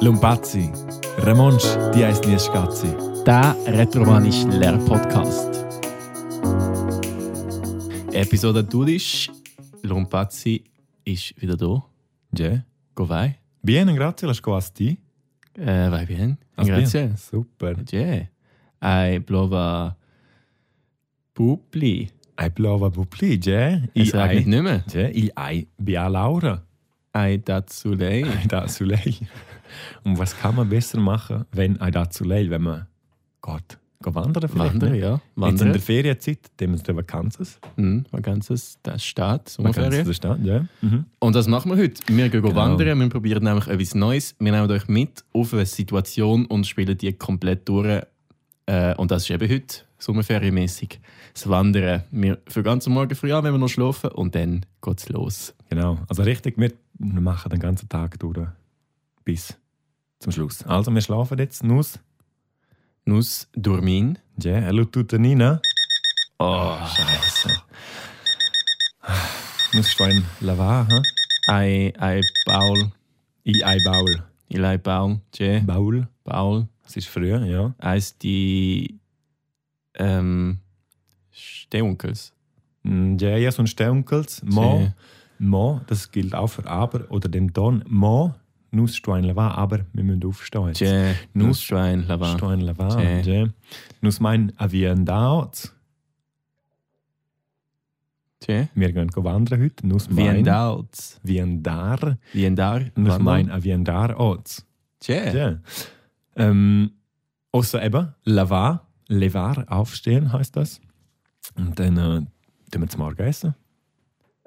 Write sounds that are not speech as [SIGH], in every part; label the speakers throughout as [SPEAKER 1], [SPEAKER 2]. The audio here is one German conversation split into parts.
[SPEAKER 1] Lumpazzi, Ramonsch, die heisst nie Schatzi.
[SPEAKER 2] Der retromanische Lehrpodcast. Episode Dudisch. Lumpazzi ist wieder da.
[SPEAKER 1] Ja.
[SPEAKER 2] Govai.
[SPEAKER 1] Bien, grazie, la scoasti.
[SPEAKER 2] Äh, vai bien.
[SPEAKER 1] Alles
[SPEAKER 2] Grazie.
[SPEAKER 1] Super.
[SPEAKER 2] Yeah. I blova Bubli.
[SPEAKER 1] Ei blava bupli, ja.
[SPEAKER 2] Ich
[SPEAKER 1] Ich
[SPEAKER 2] sage
[SPEAKER 1] ei.
[SPEAKER 2] nicht mehr.
[SPEAKER 1] Ja, ich ei. Bia Laura.
[SPEAKER 2] I dazulei.
[SPEAKER 1] Ei da zu lei. Und was kann man besser machen, wenn ei da zu lei, wenn man Gott, go wandern vielleicht?
[SPEAKER 2] Wandern,
[SPEAKER 1] ne?
[SPEAKER 2] ja.
[SPEAKER 1] Jetzt in der
[SPEAKER 2] Wandern.
[SPEAKER 1] Ferienzeit, dementsprechend Vakanzes.
[SPEAKER 2] Mhm, ein ganzes das Staat,
[SPEAKER 1] Vakanzes
[SPEAKER 2] Sommerferien.
[SPEAKER 1] der Stadt, ja. Mhm.
[SPEAKER 2] Und das machen wir heute. Wir gehen
[SPEAKER 1] Genau.
[SPEAKER 2] wandern, wir probieren nämlich etwas Neues. Wir nehmen euch mit auf eine Situation und spielen die komplett durch. Äh, und das ist eben heute, sommerferienmäßig. Das Wandern. Wir für ganz am Morgen früh an, wenn wir noch schlafen, und dann geht's los.
[SPEAKER 1] Genau. Also richtig, wir machen den ganzen Tag durch. Bis zum Schluss. Also, wir schlafen jetzt. Nuss.
[SPEAKER 2] Nuss, Durmin.
[SPEAKER 1] Ja, hallo tutta Nina.
[SPEAKER 2] Oh,
[SPEAKER 1] Scheiße. Nuss Schwein Lava, hä?
[SPEAKER 2] ei, ei, Paul.
[SPEAKER 1] I ei Baul.
[SPEAKER 2] Ilai Paul. Tje,
[SPEAKER 1] Baul.
[SPEAKER 2] Paul.
[SPEAKER 1] Es ist früh, ja.
[SPEAKER 2] Eis die. Ähm. Stehunkels.
[SPEAKER 1] Mm, Ja, ja, so ein Steunkels. Mo. Mo, das gilt auch für aber oder den Ton. Mo. Nuss Schwein Lava, aber wir müssen aufstehen. jetzt.
[SPEAKER 2] Tje, Nussschwein, Lava.
[SPEAKER 1] Stein Lava.
[SPEAKER 2] Tje.
[SPEAKER 1] Ja. Nuss mein ah, Aviendaut.
[SPEAKER 2] Tje.
[SPEAKER 1] Wir gehen go wandern heute. Nuss
[SPEAKER 2] Wie ein
[SPEAKER 1] mein.
[SPEAKER 2] Dalz.
[SPEAKER 1] Aviendar.
[SPEAKER 2] Wie ein Dar.
[SPEAKER 1] Nuss
[SPEAKER 2] Wann-
[SPEAKER 1] mein ah, Aviendar Oz.
[SPEAKER 2] Tja.
[SPEAKER 1] Ja. Ähm, außer eben, Lavar, Levar, aufstehen heißt das. Und dann äh, tun wir zum Morgen essen.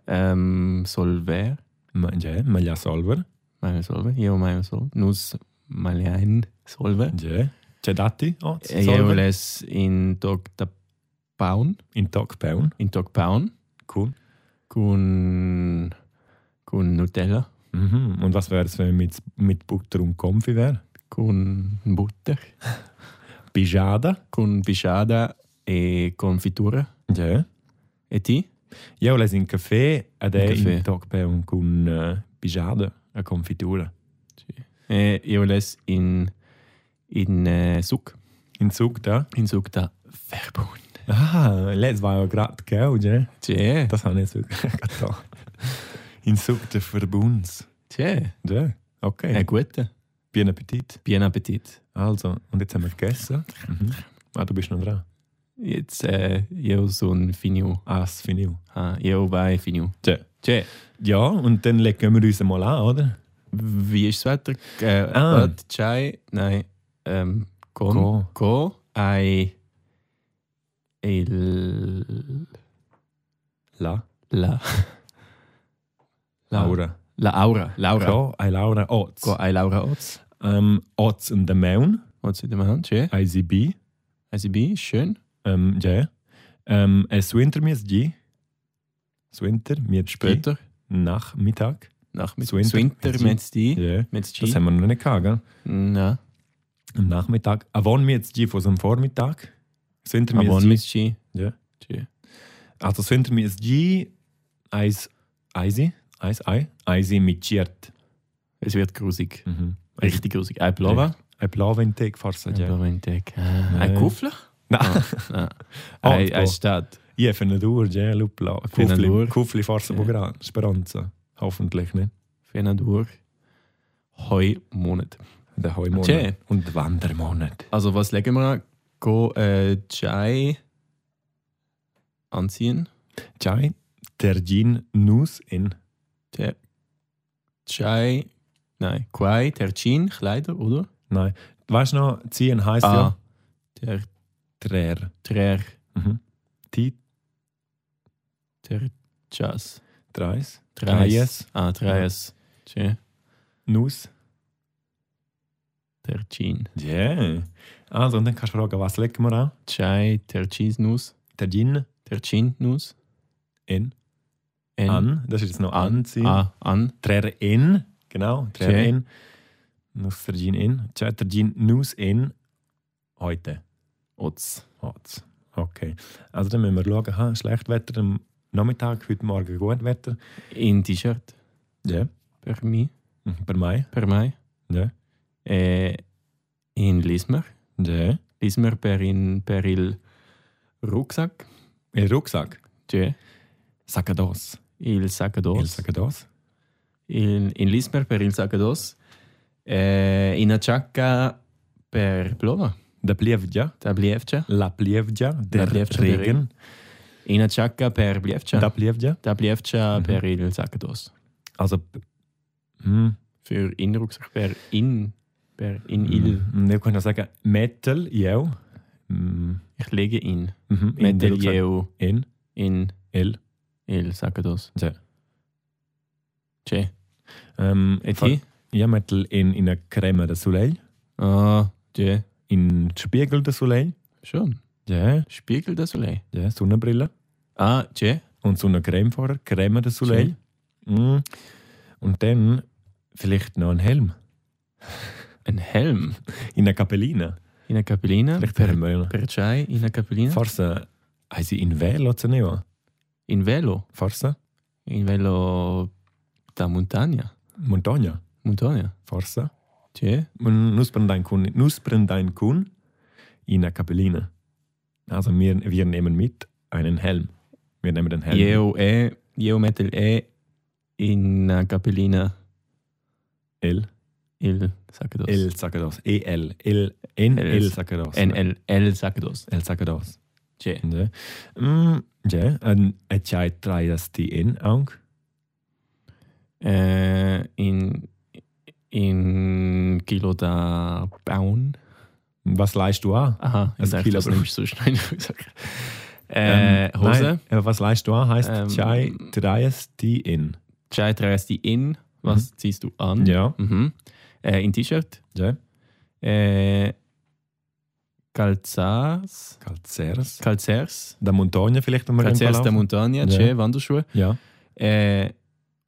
[SPEAKER 2] Ähm, Solver.
[SPEAKER 1] Ma- Ja, Malia Solver.
[SPEAKER 2] Meine Solver. Io meine Solver. Nus Malein Solver.
[SPEAKER 1] Ja. Cedati, oh, z-
[SPEAKER 2] Io
[SPEAKER 1] Solver.
[SPEAKER 2] les in Dog da Paun.
[SPEAKER 1] In Tokpaun.
[SPEAKER 2] In Dog Paun.
[SPEAKER 1] Cool.
[SPEAKER 2] Kun. Kun Nutella.
[SPEAKER 1] Mhm. Und was wäre es, wenn mit, mit Butter und Konfi wäre?
[SPEAKER 2] Kun Butter.
[SPEAKER 1] Bijada.
[SPEAKER 2] Kun Bichada e Confitura.
[SPEAKER 1] Ja.
[SPEAKER 2] E ti?
[SPEAKER 1] Ja, und in Kaffee, und
[SPEAKER 2] In
[SPEAKER 1] in,
[SPEAKER 2] Kaffee.
[SPEAKER 1] in Tokpaun con äh, Bijada, eine Konfitur.
[SPEAKER 2] E io les in. In äh, Suc.
[SPEAKER 1] In Zug da.
[SPEAKER 2] In Suc da Verbun.
[SPEAKER 1] Ah, letztes war ja gerade, gell, ja.
[SPEAKER 2] Tje.
[SPEAKER 1] Das habe ich jetzt wirklich [LAUGHS] getan. In Sucht der Verbunds.
[SPEAKER 2] Tje.
[SPEAKER 1] Ja, okay.
[SPEAKER 2] E gute.
[SPEAKER 1] Bien Appetit.
[SPEAKER 2] Bien appetit.
[SPEAKER 1] Also, und jetzt haben wir gegessen. Mhm. Ah, du bist noch dran.
[SPEAKER 2] Jetzt äh, io son finio.
[SPEAKER 1] Ah, das finde ich.
[SPEAKER 2] Ah, io vai finio.
[SPEAKER 1] Tja.
[SPEAKER 2] Tje.
[SPEAKER 1] Ja, und dann legen wir uns mal an, oder?
[SPEAKER 2] Wie ist das Wetter? Äh,
[SPEAKER 1] Ah.
[SPEAKER 2] ah. Chai, nein, ähm, Kon,
[SPEAKER 1] Go.
[SPEAKER 2] Ko, Ei, El,
[SPEAKER 1] La.
[SPEAKER 2] La,
[SPEAKER 1] Laura.
[SPEAKER 2] La Aura, Laura.
[SPEAKER 1] Go, ei Laura. Oz.
[SPEAKER 2] Ko, Ei, Laura, Oz.
[SPEAKER 1] Ähm, Oz in the Maun.
[SPEAKER 2] Oz in der Hand, schön.
[SPEAKER 1] Ei sie bi.
[SPEAKER 2] Also, bin schön.
[SPEAKER 1] Ähm, ja. Ähm, es Winter mir die. Es Winter mir die.
[SPEAKER 2] Später,
[SPEAKER 1] Nachmittag.
[SPEAKER 2] Nachmittag.
[SPEAKER 1] Swinter-
[SPEAKER 2] Swinter, meinst du die?
[SPEAKER 1] Ja.
[SPEAKER 2] Meinst du
[SPEAKER 1] Das
[SPEAKER 2] die?
[SPEAKER 1] haben wir noch nicht gehabt, gell?
[SPEAKER 2] Nein,
[SPEAKER 1] Am Nachmittag. Ah, wann wir jetzt die von so einem Vormittag? Das Winter mir
[SPEAKER 2] aber
[SPEAKER 1] die.
[SPEAKER 2] meinst du die?
[SPEAKER 1] Ja.
[SPEAKER 2] Tschö.
[SPEAKER 1] Also das hinter mir ist G, Eis, Eisi, Eis, Ei, Eisi mit Giert.
[SPEAKER 2] Es wird grusig.
[SPEAKER 1] Mhm.
[SPEAKER 2] Richtig grusig. Ein Blauwe.
[SPEAKER 1] Ein blauer Integ fast.
[SPEAKER 2] Ein
[SPEAKER 1] Ja.
[SPEAKER 2] Blauwe in Deck. Ein
[SPEAKER 1] Nein.
[SPEAKER 2] Kuffler?
[SPEAKER 1] Nein, [LAUGHS]
[SPEAKER 2] Nein.
[SPEAKER 1] Ah,
[SPEAKER 2] Ein
[SPEAKER 1] Blauwe.
[SPEAKER 2] ein Stadt.
[SPEAKER 1] ja, für eine Uhr, ja, Lupla.
[SPEAKER 2] Für eine Uhr.
[SPEAKER 1] Kuffli, Kuffli fast
[SPEAKER 2] Ja.
[SPEAKER 1] ja. Speranza. Hoffentlich nicht.
[SPEAKER 2] Fährt durch. Heu Monat.
[SPEAKER 1] Der Heumonat.
[SPEAKER 2] Tja.
[SPEAKER 1] Und Wandermonat.
[SPEAKER 2] Also was legen wir an? Go äh, Chai anziehen.
[SPEAKER 1] Chai, Tergin, Nuss in.
[SPEAKER 2] Ter Chai, nein, Quai, Terchin, Kleider, oder?
[SPEAKER 1] Nein. Weißt du noch, ziehen heisst ja
[SPEAKER 2] Ter
[SPEAKER 1] Trär.
[SPEAKER 2] Trer,
[SPEAKER 1] Mhm. Ti,
[SPEAKER 2] Ter Chas.
[SPEAKER 1] Dreis,
[SPEAKER 2] Dreies. Ah, Dreies. Che,
[SPEAKER 1] Nuss.
[SPEAKER 2] Terchin.
[SPEAKER 1] Ja. Also, und dann kannst du fragen, was legen wir an?
[SPEAKER 2] Chai, Terchinus,
[SPEAKER 1] Tergin,
[SPEAKER 2] Terchinus.
[SPEAKER 1] in.
[SPEAKER 2] En-
[SPEAKER 1] An, das ist jetzt noch
[SPEAKER 2] An.
[SPEAKER 1] anziehen.
[SPEAKER 2] Ah, an.
[SPEAKER 1] Trer in, genau, trer
[SPEAKER 2] Tja.
[SPEAKER 1] in. Nus Tergin in. Tja, Tergin nus in. Heute.
[SPEAKER 2] Ots.
[SPEAKER 1] Hat's. Okay. Also dann müssen wir schauen, ha, schlecht Wetter am Nachmittag, heute Morgen gut Wetter.
[SPEAKER 2] In T-Shirt.
[SPEAKER 1] Ja.
[SPEAKER 2] Per mi.
[SPEAKER 1] Mhm, Per Mai.
[SPEAKER 2] Per mai.
[SPEAKER 1] Ja.
[SPEAKER 2] äh, in Lismer.
[SPEAKER 1] Ja.
[SPEAKER 2] Lismer per, in, per il Rucksack.
[SPEAKER 1] Il Rucksack.
[SPEAKER 2] Ja.
[SPEAKER 1] Sacados.
[SPEAKER 2] Il Saccados.
[SPEAKER 1] Il Sacados.
[SPEAKER 2] in, in Lismer per il Saccados. Eh, in Aciacca per Plova.
[SPEAKER 1] Da Plievja.
[SPEAKER 2] Da Blievca.
[SPEAKER 1] La Plievja. Der
[SPEAKER 2] Plievja, der
[SPEAKER 1] Regen.
[SPEAKER 2] Regen. In Aciacca per Blievca.
[SPEAKER 1] Da
[SPEAKER 2] Da,
[SPEAKER 1] Plievja. Mhm.
[SPEAKER 2] Blievca per il Saccados.
[SPEAKER 1] Also. Hm.
[SPEAKER 2] Für in Rucksack per in. Per in il.
[SPEAKER 1] Mm, Jag kunde säga metal, ja. Mm.
[SPEAKER 2] Ich lege in.
[SPEAKER 1] Mhm. In der
[SPEAKER 2] Metal
[SPEAKER 1] Rucksack.
[SPEAKER 2] jeu
[SPEAKER 1] In,
[SPEAKER 2] in
[SPEAKER 1] el.
[SPEAKER 2] il Saccados.
[SPEAKER 1] Ja.
[SPEAKER 2] C'è.
[SPEAKER 1] Um,
[SPEAKER 2] E ti?
[SPEAKER 1] Ja, metal in, in a crème de soleil.
[SPEAKER 2] Ah, c'è.
[SPEAKER 1] In Spiegel de soleil.
[SPEAKER 2] Schon.
[SPEAKER 1] Ja,
[SPEAKER 2] Spiegel da Soleil.
[SPEAKER 1] ja, Sonnenbrille.
[SPEAKER 2] Ah, c'è.
[SPEAKER 1] Und Sonnencreme vorher, Crème de soleil. Mm. Und dann vielleicht noch ein Helm.
[SPEAKER 2] Ein Helm.
[SPEAKER 1] In a Capellina.
[SPEAKER 2] In der Capellina.
[SPEAKER 1] Vielleicht per Möhne.
[SPEAKER 2] Per Chai in der Capellina.
[SPEAKER 1] Forse, heisst sie in Velo zu nehmen?
[SPEAKER 2] In Velo.
[SPEAKER 1] Forse?
[SPEAKER 2] In Velo da Montagna.
[SPEAKER 1] Montagna.
[SPEAKER 2] Montagna.
[SPEAKER 1] Forse?
[SPEAKER 2] C'è?
[SPEAKER 1] Nussbrendein Kuhn, Nussbrendein Kuhn in der Kapelline. Also wir, wir nehmen mit einen Helm. Wir nehmen den Helm.
[SPEAKER 2] Io e io metto il e in eh, Capellina
[SPEAKER 1] L.
[SPEAKER 2] il Saccados.
[SPEAKER 1] L Sacados. E L. L. N
[SPEAKER 2] L.
[SPEAKER 1] L Sacados.
[SPEAKER 2] En el el Saccados.
[SPEAKER 1] L Sacados.
[SPEAKER 2] C'è.
[SPEAKER 1] Ja. Mm, ja. Und ich drei das die in auch.
[SPEAKER 2] Eh, in in Kilo da Baun.
[SPEAKER 1] Was leist du an?
[SPEAKER 2] Aha,
[SPEAKER 1] Ein
[SPEAKER 2] ich dachte,
[SPEAKER 1] Kilo
[SPEAKER 2] das
[SPEAKER 1] Brot.
[SPEAKER 2] nimmst du so schnell. [LAUGHS] äh,
[SPEAKER 1] Ähm,
[SPEAKER 2] Hose.
[SPEAKER 1] Nein, äh, was leist du an heißt
[SPEAKER 2] Ähm,
[SPEAKER 1] Chai drei das die in.
[SPEAKER 2] Chai trägst du in. Was ziehst du an?
[SPEAKER 1] Ja.
[SPEAKER 2] Mhm. Äh, in T-Shirt.
[SPEAKER 1] Ja.
[SPEAKER 2] Äh, Calzars.
[SPEAKER 1] Calceres.
[SPEAKER 2] Calzers.
[SPEAKER 1] Da Montagne vielleicht wenn wir
[SPEAKER 2] Calzers
[SPEAKER 1] irgendwo
[SPEAKER 2] der
[SPEAKER 1] laufen.
[SPEAKER 2] Montagna,
[SPEAKER 1] Ja.
[SPEAKER 2] Che, Wanderschuhe.
[SPEAKER 1] Ja.
[SPEAKER 2] Äh,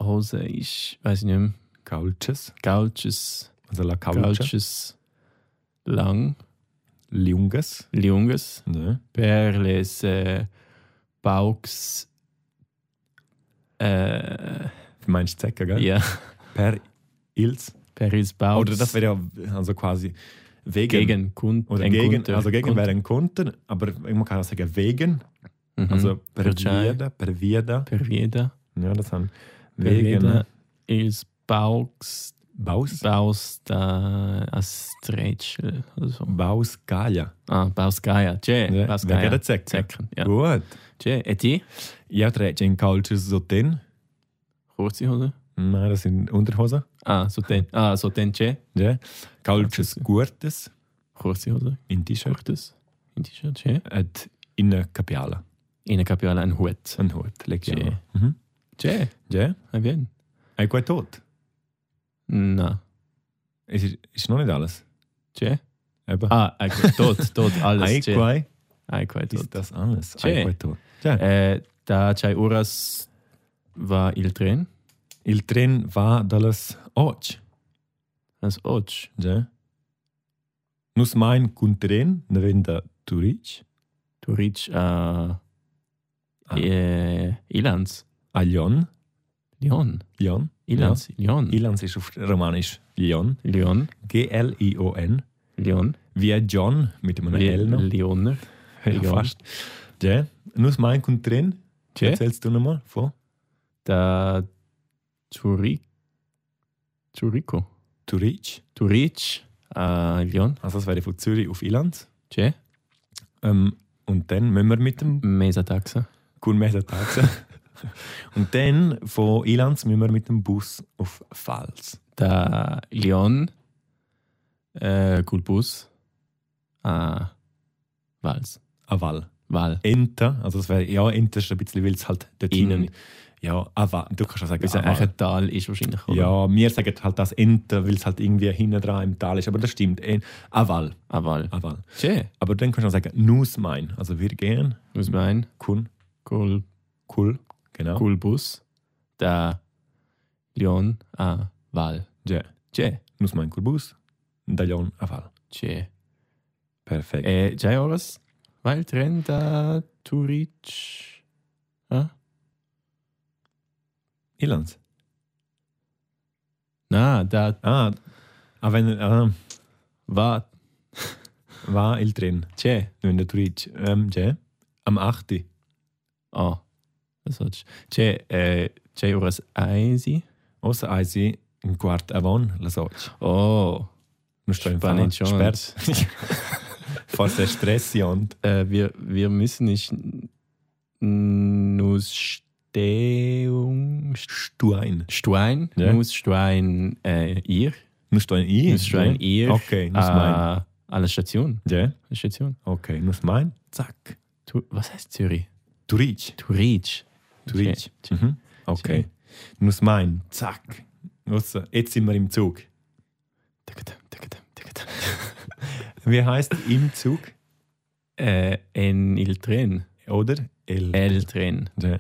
[SPEAKER 2] Hose ist, weiß ich nicht mehr,
[SPEAKER 1] Couches.
[SPEAKER 2] Gauches,
[SPEAKER 1] Also la Couche.
[SPEAKER 2] Gauches, Lang,
[SPEAKER 1] Lunges. Ne?
[SPEAKER 2] Junges,
[SPEAKER 1] Ja.
[SPEAKER 2] Perles, äh, Baux, äh,
[SPEAKER 1] Du meinst Zecker, gell?
[SPEAKER 2] ja,
[SPEAKER 1] Per Ils.
[SPEAKER 2] Paris Baux.
[SPEAKER 1] Oder das wäre ja also quasi wegen.
[SPEAKER 2] gegen Kunden.
[SPEAKER 1] Oder gegen, also gegen wäre ein Konter, aber man kann auch sagen wegen.
[SPEAKER 2] Mhm.
[SPEAKER 1] Also
[SPEAKER 2] Also,
[SPEAKER 1] per
[SPEAKER 2] Perchai.
[SPEAKER 1] Vida, per Vida.
[SPEAKER 2] per jeder,
[SPEAKER 1] Ja, das haben
[SPEAKER 2] per
[SPEAKER 1] wegen
[SPEAKER 2] jeder ist Baux,
[SPEAKER 1] Baus.
[SPEAKER 2] Baus da Astretschel äh, oder so.
[SPEAKER 1] Baus Gaia.
[SPEAKER 2] Ah, Bausgaia. Tje,
[SPEAKER 1] Wer geht
[SPEAKER 2] Bausgaia.
[SPEAKER 1] der Zecker?
[SPEAKER 2] Zecken, ja.
[SPEAKER 1] Gut.
[SPEAKER 2] Tje, et die?
[SPEAKER 1] Ja, trägst du in Cultures so den?
[SPEAKER 2] Kurze Hose?
[SPEAKER 1] Nein, das sind Unterhosen.
[SPEAKER 2] Ah, so den. Ah, so den Tje.
[SPEAKER 1] Ja. Cultures Gurtes
[SPEAKER 2] Kurze Hose.
[SPEAKER 1] in T-Shirt.
[SPEAKER 2] Kurzes. In T-Shirt, Tje.
[SPEAKER 1] Et in eine Kapiale.
[SPEAKER 2] In der alle einen Hut.
[SPEAKER 1] Ein Hut. Legst du
[SPEAKER 2] Ja.
[SPEAKER 1] an. Mhm.
[SPEAKER 2] Tje,
[SPEAKER 1] Ja.
[SPEAKER 2] ein Wien.
[SPEAKER 1] Ein guter Tod.
[SPEAKER 2] Na,
[SPEAKER 1] Es ist, ist noch nicht alles.
[SPEAKER 2] Tje.
[SPEAKER 1] Eben.
[SPEAKER 2] Ah, ein Quai.
[SPEAKER 1] [LAUGHS]
[SPEAKER 2] Tot, tot, alles. Tje.
[SPEAKER 1] Eiquai
[SPEAKER 2] Ein Quai,
[SPEAKER 1] ist
[SPEAKER 2] tot.
[SPEAKER 1] das alles.
[SPEAKER 2] Tje.
[SPEAKER 1] Eiquai tot. Ja.
[SPEAKER 2] Äh, Da Chai Uras war il Tren.
[SPEAKER 1] Il tren va dallas och.
[SPEAKER 2] Das Otsch.
[SPEAKER 1] Ja. Nus mein kun tren nvenda turic
[SPEAKER 2] Du riech a.
[SPEAKER 1] Ah.
[SPEAKER 2] äh, Ilans.
[SPEAKER 1] a Lyon.
[SPEAKER 2] Lyon.
[SPEAKER 1] Lyon.
[SPEAKER 2] Ilans. Lyon.
[SPEAKER 1] Ilans ist auf romanisch Lyon.
[SPEAKER 2] Lyon.
[SPEAKER 1] G-L-I-O-N.
[SPEAKER 2] Lyon.
[SPEAKER 1] Wie John mit einem L noch.
[SPEAKER 2] Lyoner.
[SPEAKER 1] Ja,
[SPEAKER 2] Lyon.
[SPEAKER 1] fast. Ja. Nus mein kun tren.
[SPEAKER 2] Tje.
[SPEAKER 1] Erzählst du nochmal von
[SPEAKER 2] Da Zurich. Zurico.
[SPEAKER 1] Turic.
[SPEAKER 2] Zurich. Äh, Lyon.
[SPEAKER 1] Also das wäre von Zürich auf Ilans.
[SPEAKER 2] Tje.
[SPEAKER 1] Ähm, und dann müssen wir mit dem
[SPEAKER 2] Mesataxa.
[SPEAKER 1] Gourmet Taxen. Und dann von Ilanz müssen wir mit dem Bus auf Pfalz.
[SPEAKER 2] Da Lyon. Äh, Kulbus. Äh, Wals.
[SPEAKER 1] Aval.
[SPEAKER 2] Wal.
[SPEAKER 1] Enter, also das wäre ja Enter ist ein bisschen, weil es halt dort
[SPEAKER 2] In.
[SPEAKER 1] innen. Ja, Aval. Du kannst auch sagen,
[SPEAKER 2] Weil es eigentlich
[SPEAKER 1] Aval.
[SPEAKER 2] ein Tal ist wahrscheinlich, oder?
[SPEAKER 1] Ja, wir sagen halt das Enter, weil es halt irgendwie hinten dran im Tal ist. Aber das stimmt. En- Aval.
[SPEAKER 2] Ah, Wal.
[SPEAKER 1] Aval.
[SPEAKER 2] Tje.
[SPEAKER 1] Aber dann kannst du auch sagen, Nus mein. Also wir gehen.
[SPEAKER 2] Was mein?
[SPEAKER 1] Kun.
[SPEAKER 2] Kul,
[SPEAKER 1] Kul. Genau.
[SPEAKER 2] Kulbus. Da Lyon. Äh, Wal.
[SPEAKER 1] Ja.
[SPEAKER 2] Tje.
[SPEAKER 1] Nus mein Kul Bus. Dajon Aval.
[SPEAKER 2] Tje.
[SPEAKER 1] Perfekt.
[SPEAKER 2] Eh, già ora s- va il trend da Turic. Ah?
[SPEAKER 1] Ilanz.
[SPEAKER 2] Na, da
[SPEAKER 1] Ah, aber wenn, ah,
[SPEAKER 2] Was?
[SPEAKER 1] Was il drin?
[SPEAKER 2] Che?
[SPEAKER 1] Wenn du redest. Ähm, ja. Am 8.
[SPEAKER 2] Ah. Was hat's? Che, äh, che uras eisi?
[SPEAKER 1] Außer eins im Quart Avon, la Soch.
[SPEAKER 2] Oh.
[SPEAKER 1] Wir stehen
[SPEAKER 2] Spannend schon.
[SPEAKER 1] Sperrt. Fast sehr stressig und
[SPEAKER 2] Äh, wir, wir müssen nicht nus Stehung.
[SPEAKER 1] Stuein.
[SPEAKER 2] Stein?
[SPEAKER 1] Ja.
[SPEAKER 2] Nus Stein äh, ihr?
[SPEAKER 1] Nur Stuein ich.
[SPEAKER 2] Nus Stein ihr?
[SPEAKER 1] Okay, nus mein.
[SPEAKER 2] Äh, alle Station.
[SPEAKER 1] Ja,
[SPEAKER 2] Station.
[SPEAKER 1] okay, nus mein. Zack.
[SPEAKER 2] Tu, was heißt Zürich?
[SPEAKER 1] Du redest.
[SPEAKER 2] Turich.
[SPEAKER 1] Du redest. Mhm. Okay. Nus mein. Zack. Ausser, jetzt sind wir im Zug. Wie heißt im Zug?
[SPEAKER 2] Äh, en il tren.
[SPEAKER 1] Oder? El.
[SPEAKER 2] El tren.
[SPEAKER 1] Ja.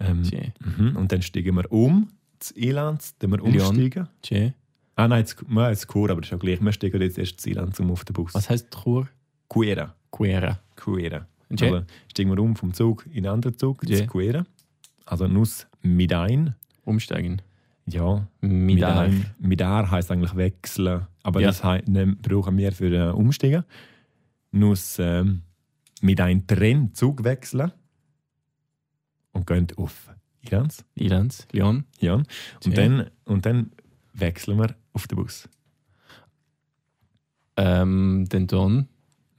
[SPEAKER 1] Ähm,
[SPEAKER 2] Che.
[SPEAKER 1] mhm. Und dann steigen wir um. Das Eland, dann wir
[SPEAKER 2] Lyon.
[SPEAKER 1] umsteigen.
[SPEAKER 2] Che.
[SPEAKER 1] Ah nein, jetzt, nein, jetzt Kur, aber das ist ja gleich. Wir steigen jetzt erst das Eland zum auf den Bus.
[SPEAKER 2] Was heißt Chur?
[SPEAKER 1] Quera.
[SPEAKER 2] Quera.
[SPEAKER 1] Quera.
[SPEAKER 2] Che.
[SPEAKER 1] Aber steigen wir um vom Zug in einen anderen Zug,
[SPEAKER 2] Ja.
[SPEAKER 1] das Quera. Also Nuss Midain.
[SPEAKER 2] Umsteigen.
[SPEAKER 1] Ja,
[SPEAKER 2] Midar.
[SPEAKER 1] Midar heisst eigentlich wechseln. Aber
[SPEAKER 2] Ja.
[SPEAKER 1] das hei- ne, brauchen wir für äh, Umsteigen. Nuss ähm, Midain Tren, Zug wechseln. Und gehen auf Irans.
[SPEAKER 2] Ilans. Lyon.
[SPEAKER 1] Ja. Und,
[SPEAKER 2] Tja.
[SPEAKER 1] dann, und dann wechseln wir auf den Bus.
[SPEAKER 2] Ähm, den Don.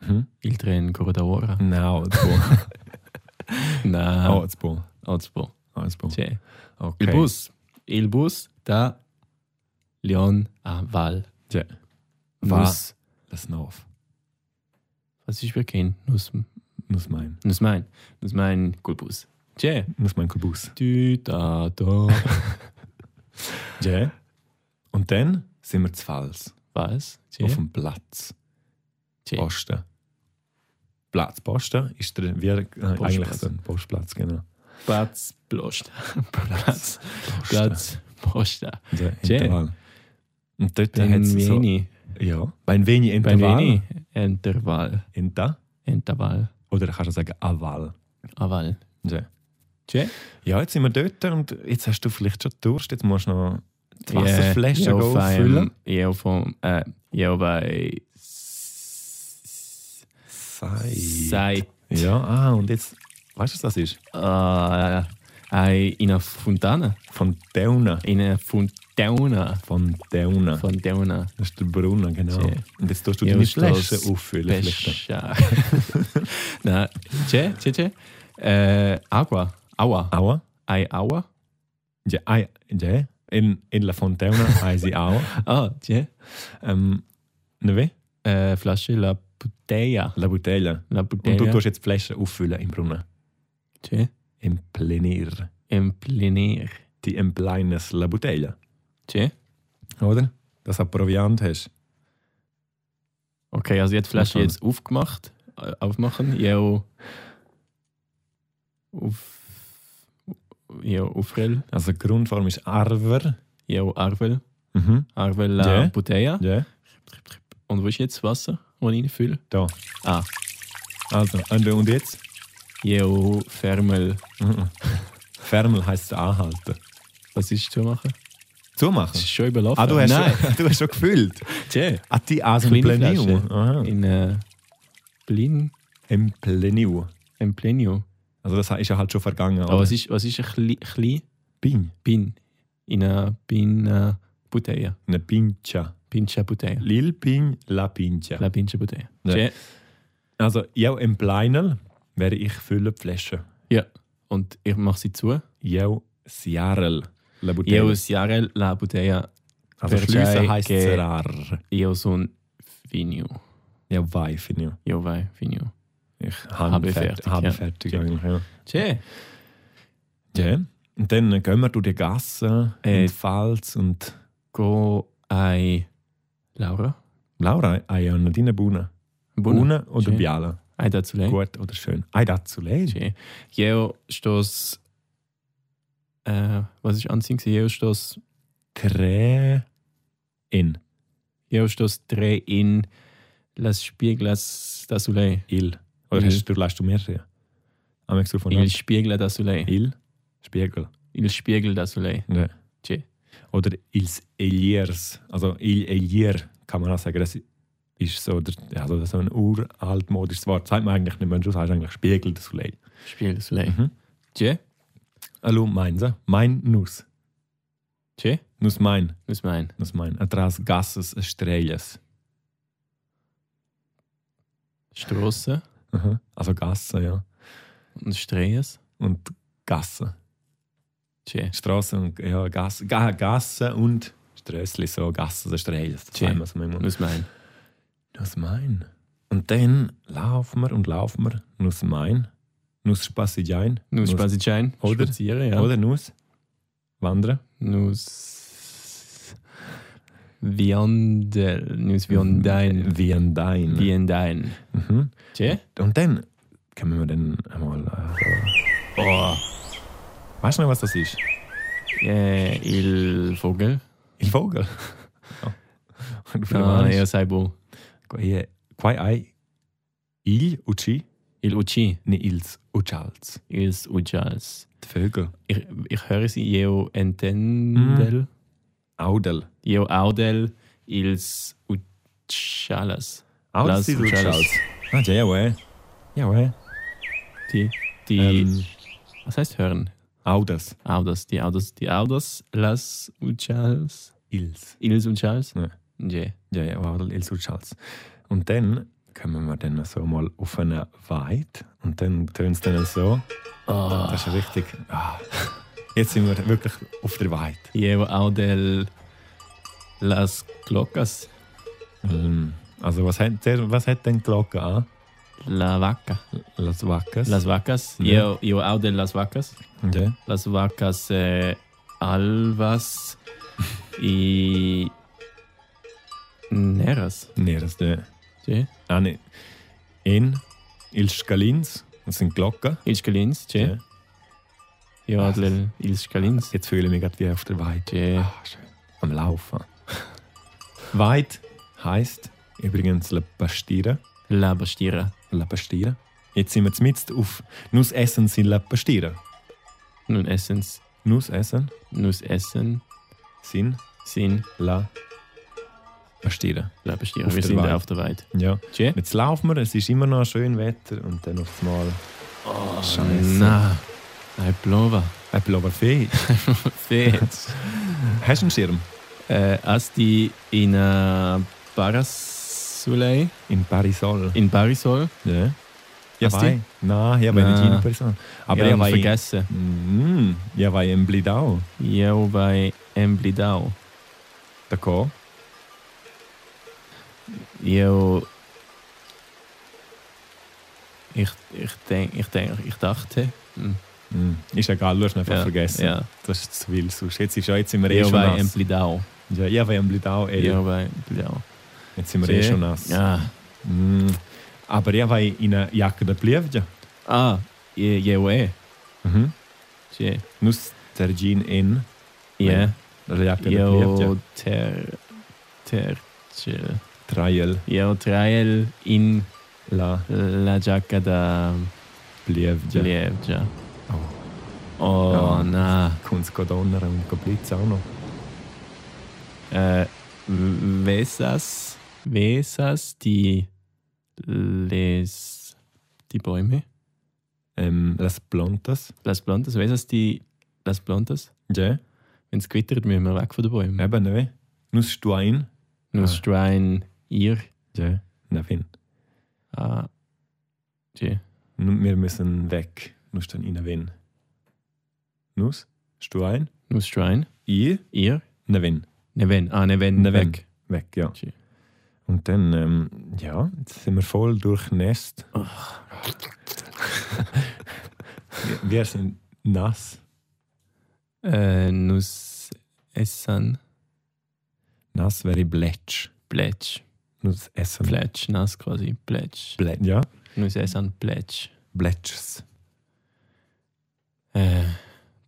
[SPEAKER 1] Mhm.
[SPEAKER 2] Il tren Corridora.
[SPEAKER 1] [LAUGHS] Genau, Zbo.
[SPEAKER 2] Na.
[SPEAKER 1] oh,
[SPEAKER 2] Oh.
[SPEAKER 1] Zbo.
[SPEAKER 2] Alzbo.
[SPEAKER 1] Oh, Zbo.
[SPEAKER 2] Che.
[SPEAKER 1] Okay.
[SPEAKER 2] Il bus. Il bus da Lyon a Val.
[SPEAKER 1] Ja. Va.
[SPEAKER 2] Nus.
[SPEAKER 1] Das North.
[SPEAKER 2] Was ich bekenn. Nus.
[SPEAKER 1] Nuss mein.
[SPEAKER 2] Nus mein. Nus mein Gulbus. Che.
[SPEAKER 1] Nuss mein Kubus.
[SPEAKER 2] Du da da.
[SPEAKER 1] Ja. Und dann sind wir zu Fals.
[SPEAKER 2] Was? Che.
[SPEAKER 1] Auf dem Platz.
[SPEAKER 2] Che.
[SPEAKER 1] Posten. Platz Posten ist der, wie, äh, eigentlich
[SPEAKER 2] Postplatz.
[SPEAKER 1] so ein Postplatz, genau.
[SPEAKER 2] Platz. Blost. Platz.
[SPEAKER 1] Posten.
[SPEAKER 2] Platz. Posta.
[SPEAKER 1] Ja,
[SPEAKER 2] Schön.
[SPEAKER 1] Also Intervall. Und dort hat es so...
[SPEAKER 2] Benveni.
[SPEAKER 1] Ja. Bei wenig Intervall.
[SPEAKER 2] Benveni. Interval.
[SPEAKER 1] Inter.
[SPEAKER 2] Interval.
[SPEAKER 1] Oder kannst du sagen Aval.
[SPEAKER 2] Aval.
[SPEAKER 1] Ja.
[SPEAKER 2] Che?
[SPEAKER 1] Ja, jetzt sind wir dort und jetzt hast du vielleicht schon Durst. Jetzt musst du noch die
[SPEAKER 2] Ja,
[SPEAKER 1] Wasserflasche
[SPEAKER 2] ja, auf einem-
[SPEAKER 1] auffüllen.
[SPEAKER 2] Ja, auf einem, äh, ja, bei S-
[SPEAKER 1] Sei.
[SPEAKER 2] Seit
[SPEAKER 1] Ja, ah, und jetzt, weißt du, was das ist?
[SPEAKER 2] äh, äh, in einer Fontane.
[SPEAKER 1] Von Deuna.
[SPEAKER 2] In einer Fontana.
[SPEAKER 1] Von Deuna.
[SPEAKER 2] Fontana.
[SPEAKER 1] Das ist der Brunnen, genau.
[SPEAKER 2] Tja.
[SPEAKER 1] Und jetzt tust du
[SPEAKER 2] Ja,
[SPEAKER 1] deine
[SPEAKER 2] ist das
[SPEAKER 1] Flasche auffüllen. Vielleicht.
[SPEAKER 2] Pescha. [LAUGHS] Nein, che, che, che. Äh, Agua. Aua.
[SPEAKER 1] Aua?
[SPEAKER 2] Ei Aua.
[SPEAKER 1] Ja, ei, ja. In, in La Fontaine heiße ich auch.
[SPEAKER 2] Ah, che.
[SPEAKER 1] Ähm, ne weh?
[SPEAKER 2] Äh, Flasche La Botella.
[SPEAKER 1] La Bouteille.
[SPEAKER 2] La
[SPEAKER 1] Und
[SPEAKER 2] Botella.
[SPEAKER 1] du tust jetzt die Flasche auffüllen im Brunnen.
[SPEAKER 2] Che.
[SPEAKER 1] Im Plenir.
[SPEAKER 2] Im Plenär.
[SPEAKER 1] Die im Pleines La Bouteille.
[SPEAKER 2] Che.
[SPEAKER 1] Oder? Dass du Proviant hast.
[SPEAKER 2] Okay, also ich habe die Flasche
[SPEAKER 1] Muss man.
[SPEAKER 2] jetzt aufgemacht. äh, Aufmachen. Ja. Auf. Ja, Aufrel.
[SPEAKER 1] Also die Grundform ist Arver.
[SPEAKER 2] Ja, Arvel.
[SPEAKER 1] Mhm.
[SPEAKER 2] Arvel La
[SPEAKER 1] Ja.
[SPEAKER 2] Botella.
[SPEAKER 1] Ja.
[SPEAKER 2] Und wo ist jetzt das Wasser, das ich reinfülle?
[SPEAKER 1] Da.
[SPEAKER 2] Ah,
[SPEAKER 1] Also, und, und jetzt?
[SPEAKER 2] ja, Fermel.
[SPEAKER 1] Mhm. Fermel heisst anhalten.
[SPEAKER 2] Was ist zu machen? Das
[SPEAKER 1] Zumachen.
[SPEAKER 2] ist schon überlaufen.
[SPEAKER 1] Ah, du hast,
[SPEAKER 2] Nein,
[SPEAKER 1] Schon, du hast schon gefüllt.
[SPEAKER 2] tschä.
[SPEAKER 1] Ah, die also im
[SPEAKER 2] Kleine
[SPEAKER 1] Pleniu.
[SPEAKER 2] Flasche.
[SPEAKER 1] Aha.
[SPEAKER 2] In äh, Blin,
[SPEAKER 1] Im Pleniu.
[SPEAKER 2] im Plenio.
[SPEAKER 1] Also das ist ja halt schon vergangen.
[SPEAKER 2] Aber was ist, was ist ein Kli- Kli?
[SPEAKER 1] Pin.
[SPEAKER 2] Bin. In einer Bin äh, Botella.
[SPEAKER 1] Eine Ne, Pincha.
[SPEAKER 2] Pincha Botella.
[SPEAKER 1] Lil Pin, la Pincha.
[SPEAKER 2] La Pincha Botella.
[SPEAKER 1] Ja.
[SPEAKER 2] Tschä.
[SPEAKER 1] Also ja, im Pleinel wäre ich fülle die Flasche.
[SPEAKER 2] Ja, und ich mache sie zu.
[SPEAKER 1] Ja, Sierl. La
[SPEAKER 2] Io
[SPEAKER 1] Bouteille.
[SPEAKER 2] Jahre la botella
[SPEAKER 1] Also
[SPEAKER 2] per
[SPEAKER 1] Schlüsse
[SPEAKER 2] chai
[SPEAKER 1] heisst
[SPEAKER 2] che-
[SPEAKER 1] Zerar.
[SPEAKER 2] io son finio.
[SPEAKER 1] Ja, Weifinio.
[SPEAKER 2] Io vai finio.
[SPEAKER 1] Ich
[SPEAKER 2] Habe
[SPEAKER 1] habe fertig.
[SPEAKER 2] fertig,
[SPEAKER 1] Habe
[SPEAKER 2] ja.
[SPEAKER 1] fertig
[SPEAKER 2] Ja.
[SPEAKER 1] eigentlich, ja.
[SPEAKER 2] C'è.
[SPEAKER 1] Ja. Und dann gehen wir durch die Gassen,
[SPEAKER 2] Äh.
[SPEAKER 1] und Pfalz und...
[SPEAKER 2] Go ai Laura.
[SPEAKER 1] Laura, ah ja, deine Bune.
[SPEAKER 2] Buona.
[SPEAKER 1] Bune oder
[SPEAKER 2] Schön.
[SPEAKER 1] Biala?
[SPEAKER 2] Ai dazu lei.
[SPEAKER 1] Gut oder schön? Ein dazu lesen.
[SPEAKER 2] C'è. Io stos äh, was ist anziehen? Io stos
[SPEAKER 1] Tre in
[SPEAKER 2] io stos tre in las spieglas da soleil.
[SPEAKER 1] il. Oder
[SPEAKER 2] Il.
[SPEAKER 1] hast du, lässt du mehrere? Am nächsten von
[SPEAKER 2] Il spiegla da soleil.
[SPEAKER 1] il Spiegel.
[SPEAKER 2] Il spiegel da soleil.
[SPEAKER 1] Ja.
[SPEAKER 2] C'è.
[SPEAKER 1] Oder ils Eliers. Also il Elier kann man auch sagen, das ist so, der, also das ist so ein uraltmodisches Wort. Sagt man eigentlich nicht mehr, das heißt eigentlich Spiegel des Soleil.
[SPEAKER 2] Spiel des Soleil.
[SPEAKER 1] Mhm.
[SPEAKER 2] Tje,
[SPEAKER 1] Hallo, meins, mein Nuss.
[SPEAKER 2] tje,
[SPEAKER 1] Nuss mein,
[SPEAKER 2] was mein?
[SPEAKER 1] Nuss mein. Atrás Gasses Estrellas.
[SPEAKER 2] Strasse
[SPEAKER 1] Mhm. Also Gassen, ja.
[SPEAKER 2] und Streyes.
[SPEAKER 1] Und Gassen.
[SPEAKER 2] Tje,
[SPEAKER 1] Straßen und ja, Gassen. Ga, Gassen und Strössli, so Gassen, Estrellas. Das
[SPEAKER 2] Tja.
[SPEAKER 1] sagen wir so manchmal.
[SPEAKER 2] was mein?
[SPEAKER 1] Nuss mein. Und dann laufen wir und laufen wir. Nuss mein. Nuss spazieren.
[SPEAKER 2] Nus Spazitschein.
[SPEAKER 1] Oder?
[SPEAKER 2] Spazieren, ja.
[SPEAKER 1] Oder Nuss. Wandern.
[SPEAKER 2] Nus Viandel. Nus Viandein.
[SPEAKER 1] Wie ein Dein.
[SPEAKER 2] Viandein.
[SPEAKER 1] Mhm.
[SPEAKER 2] Tje?
[SPEAKER 1] Und dann können wir dann einmal. Äh, so- oh. Weißt du noch, was das ist?
[SPEAKER 2] Äh, il Vogel.
[SPEAKER 1] Il Vogel. Ja. [LAUGHS] Und für
[SPEAKER 2] Ah,
[SPEAKER 1] Mensch.
[SPEAKER 2] io sai bu.
[SPEAKER 1] Quai- Quai ai il uci,
[SPEAKER 2] Il Uci.
[SPEAKER 1] ne ils ucials.
[SPEAKER 2] Ils Ujals.
[SPEAKER 1] Die Vögel.
[SPEAKER 2] Ich, ich höre sie, io entendel.
[SPEAKER 1] Audel.
[SPEAKER 2] Io audel. Ils Uchalas.
[SPEAKER 1] Audel
[SPEAKER 2] Las
[SPEAKER 1] sind
[SPEAKER 2] ucials.
[SPEAKER 1] ucials. Ah, ja, jawohl. Jawohl.
[SPEAKER 2] Die, die,
[SPEAKER 1] Ähm,
[SPEAKER 2] was heißt hören?
[SPEAKER 1] Audas.
[SPEAKER 2] Audas, die Audas, die Audas, Las Uchals,
[SPEAKER 1] Ils.
[SPEAKER 2] Ils Uchals?
[SPEAKER 1] Ja.
[SPEAKER 2] Yeah.
[SPEAKER 1] Ja, ja, Audel, ils ucials. Und dann kommen wir dann so mal auf eine Weide und dann tönt es dann so.
[SPEAKER 2] Oh.
[SPEAKER 1] Das ist richtig. Ah. Jetzt sind wir wirklich auf der Weide.
[SPEAKER 2] Io audel Las Glocas,
[SPEAKER 1] Ähm, Also, was hat, der, was hat denn die Glocke an?
[SPEAKER 2] La Vaca.
[SPEAKER 1] Las Vacas.
[SPEAKER 2] Las Vacas,
[SPEAKER 1] Ja.
[SPEAKER 2] io, io audel Las Vacas,
[SPEAKER 1] okay.
[SPEAKER 2] Las Vacas eh, [LAUGHS] Alvas i Neras.
[SPEAKER 1] Nee, das ist der.
[SPEAKER 2] Yeah.
[SPEAKER 1] Ah, nee. In Il Scalins. Das sind Glocken.
[SPEAKER 2] Ils Kalins, yeah.
[SPEAKER 1] Ja.
[SPEAKER 2] io audel Ils Kalins.
[SPEAKER 1] Jetzt fühle ich mich gerade wie auf der Weide.
[SPEAKER 2] Yeah.
[SPEAKER 1] Ah, schön. Am Laufen. Weide heisst übrigens La Pastira.
[SPEAKER 2] La Bastira,
[SPEAKER 1] La Pastira. Jetzt sind wir zumindest auf Nuss essen sind La Pastira.
[SPEAKER 2] nun essens,
[SPEAKER 1] Nuss essen
[SPEAKER 2] nus essen,
[SPEAKER 1] sind
[SPEAKER 2] sin
[SPEAKER 1] La Pastira.
[SPEAKER 2] La Bastira.
[SPEAKER 1] Auf
[SPEAKER 2] Wir
[SPEAKER 1] der
[SPEAKER 2] sind
[SPEAKER 1] Weide.
[SPEAKER 2] auf der Weide.
[SPEAKER 1] Ja.
[SPEAKER 2] Tschä?
[SPEAKER 1] Jetzt laufen wir, es ist immer noch schön Wetter und dann auf einmal Ah,
[SPEAKER 2] Oh,
[SPEAKER 1] Scheiße.
[SPEAKER 2] Na, ein Plover.
[SPEAKER 1] ein
[SPEAKER 2] [LAUGHS]
[SPEAKER 1] Blauberfee.
[SPEAKER 2] Fett.
[SPEAKER 1] Hast du einen Schirm?
[SPEAKER 2] äh, Asti in äh, Parasolei,
[SPEAKER 1] In Parisol.
[SPEAKER 2] in Parisol.
[SPEAKER 1] Ja. Ja,
[SPEAKER 2] Hast
[SPEAKER 1] war
[SPEAKER 2] du?
[SPEAKER 1] ich. Nein, ich war nicht
[SPEAKER 2] Nein.
[SPEAKER 1] in Parisol. Aber
[SPEAKER 2] Ja,
[SPEAKER 1] ich war in-
[SPEAKER 2] vergessen.
[SPEAKER 1] Mm, ich war in Blidau.
[SPEAKER 2] Ja, bei Emblidau.
[SPEAKER 1] D'accord.
[SPEAKER 2] Ja. Ich, ich, denk, ich, denk, ich dachte. Hm,
[SPEAKER 1] Mm. Ist egal, du hast ihn einfach
[SPEAKER 2] ja,
[SPEAKER 1] vergessen.
[SPEAKER 2] Ja,
[SPEAKER 1] Das ist zu viel. Sonst. Jetzt, ist, ja, jetzt sind wir eh
[SPEAKER 2] ja
[SPEAKER 1] schon
[SPEAKER 2] bei
[SPEAKER 1] nass.
[SPEAKER 2] Emblidau.
[SPEAKER 1] Ja, ich war in Blidau. Ey.
[SPEAKER 2] Ja, bei Emblidau.
[SPEAKER 1] Jetzt sind wir eh
[SPEAKER 2] Tschä?
[SPEAKER 1] schon nass.
[SPEAKER 2] Ja.
[SPEAKER 1] Mm. Aber ich war in einer Jacke der Blievja.
[SPEAKER 2] Ah, ja, ja, ja.
[SPEAKER 1] Mhm.
[SPEAKER 2] Tschä.
[SPEAKER 1] Nuss Tergin in
[SPEAKER 2] Ja.
[SPEAKER 1] der Jacke Also der Blievja.
[SPEAKER 2] Io ter, terce.
[SPEAKER 1] Trial
[SPEAKER 2] Io trial in
[SPEAKER 1] la
[SPEAKER 2] la giacca da
[SPEAKER 1] Blievja.
[SPEAKER 2] Lievgia.
[SPEAKER 1] Oh,
[SPEAKER 2] Oh,
[SPEAKER 1] Ja.
[SPEAKER 2] na.
[SPEAKER 1] Kunst Godonner und Goblitz auch noch.
[SPEAKER 2] Äh, w- Wesas, Wesas, die les, die Bäume.
[SPEAKER 1] Ähm, Las Plantas.
[SPEAKER 2] Las Plantas, Wesas, die Las Plantas.
[SPEAKER 1] Ja,
[SPEAKER 2] Wenn es gewittert, müssen wir weg von den Bäumen.
[SPEAKER 1] eben ne. Nuss Stuein.
[SPEAKER 2] Nur
[SPEAKER 1] Ah.
[SPEAKER 2] strein ihr.
[SPEAKER 1] Ja, na fin.
[SPEAKER 2] Ah, tje.
[SPEAKER 1] Nu- Wir müssen weg. Nuss dann in Wien. Nuss Stuein.
[SPEAKER 2] Nur strein
[SPEAKER 1] I.
[SPEAKER 2] ihr.
[SPEAKER 1] Nevin.
[SPEAKER 2] Neven, ah, Neven,
[SPEAKER 1] Neven.
[SPEAKER 2] weg.
[SPEAKER 1] Weg, ja.
[SPEAKER 2] Tschü.
[SPEAKER 1] Und dann, ähm, ja, jetzt sind wir voll durchnässt. [LAUGHS] Wir- wir sind nass.
[SPEAKER 2] Äh, Nuss essen.
[SPEAKER 1] Nass wäre Bletsch.
[SPEAKER 2] Plätsch.
[SPEAKER 1] Nuss essen.
[SPEAKER 2] Plätsch, nass quasi. Plätsch.
[SPEAKER 1] Ble- ja,
[SPEAKER 2] Nuss essen, Plätsch.
[SPEAKER 1] Bletschs.
[SPEAKER 2] Äh,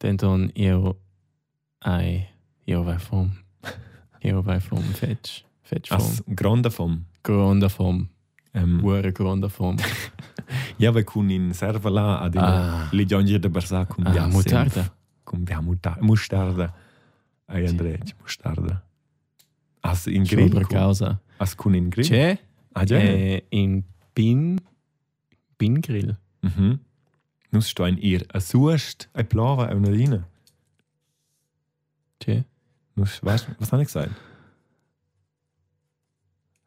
[SPEAKER 2] den dann io ei, io vai vom. Io vai vom Fetsch. Fetsch vom.
[SPEAKER 1] As Grande vom.
[SPEAKER 2] Corona vom.
[SPEAKER 1] Ähm,
[SPEAKER 2] Uere Corona vom.
[SPEAKER 1] ja, wir können in Servala ad in
[SPEAKER 2] Ah,
[SPEAKER 1] Ligiangi de Barsa cum
[SPEAKER 2] ah, Mutarda.
[SPEAKER 1] Cum via muta- mustarda. Ai Andrej, mustarda. As in
[SPEAKER 2] Schrubber
[SPEAKER 1] Grill.
[SPEAKER 2] causa.
[SPEAKER 1] Als Kunin Grill.
[SPEAKER 2] Che,
[SPEAKER 1] Adieu.
[SPEAKER 2] äh, in Bin, Bin Grill.
[SPEAKER 1] Mhm. Nussstein, ihr sucht ein Plava, eine Line.
[SPEAKER 2] Che,
[SPEAKER 1] Nuss, weißt, was habe ich gesagt?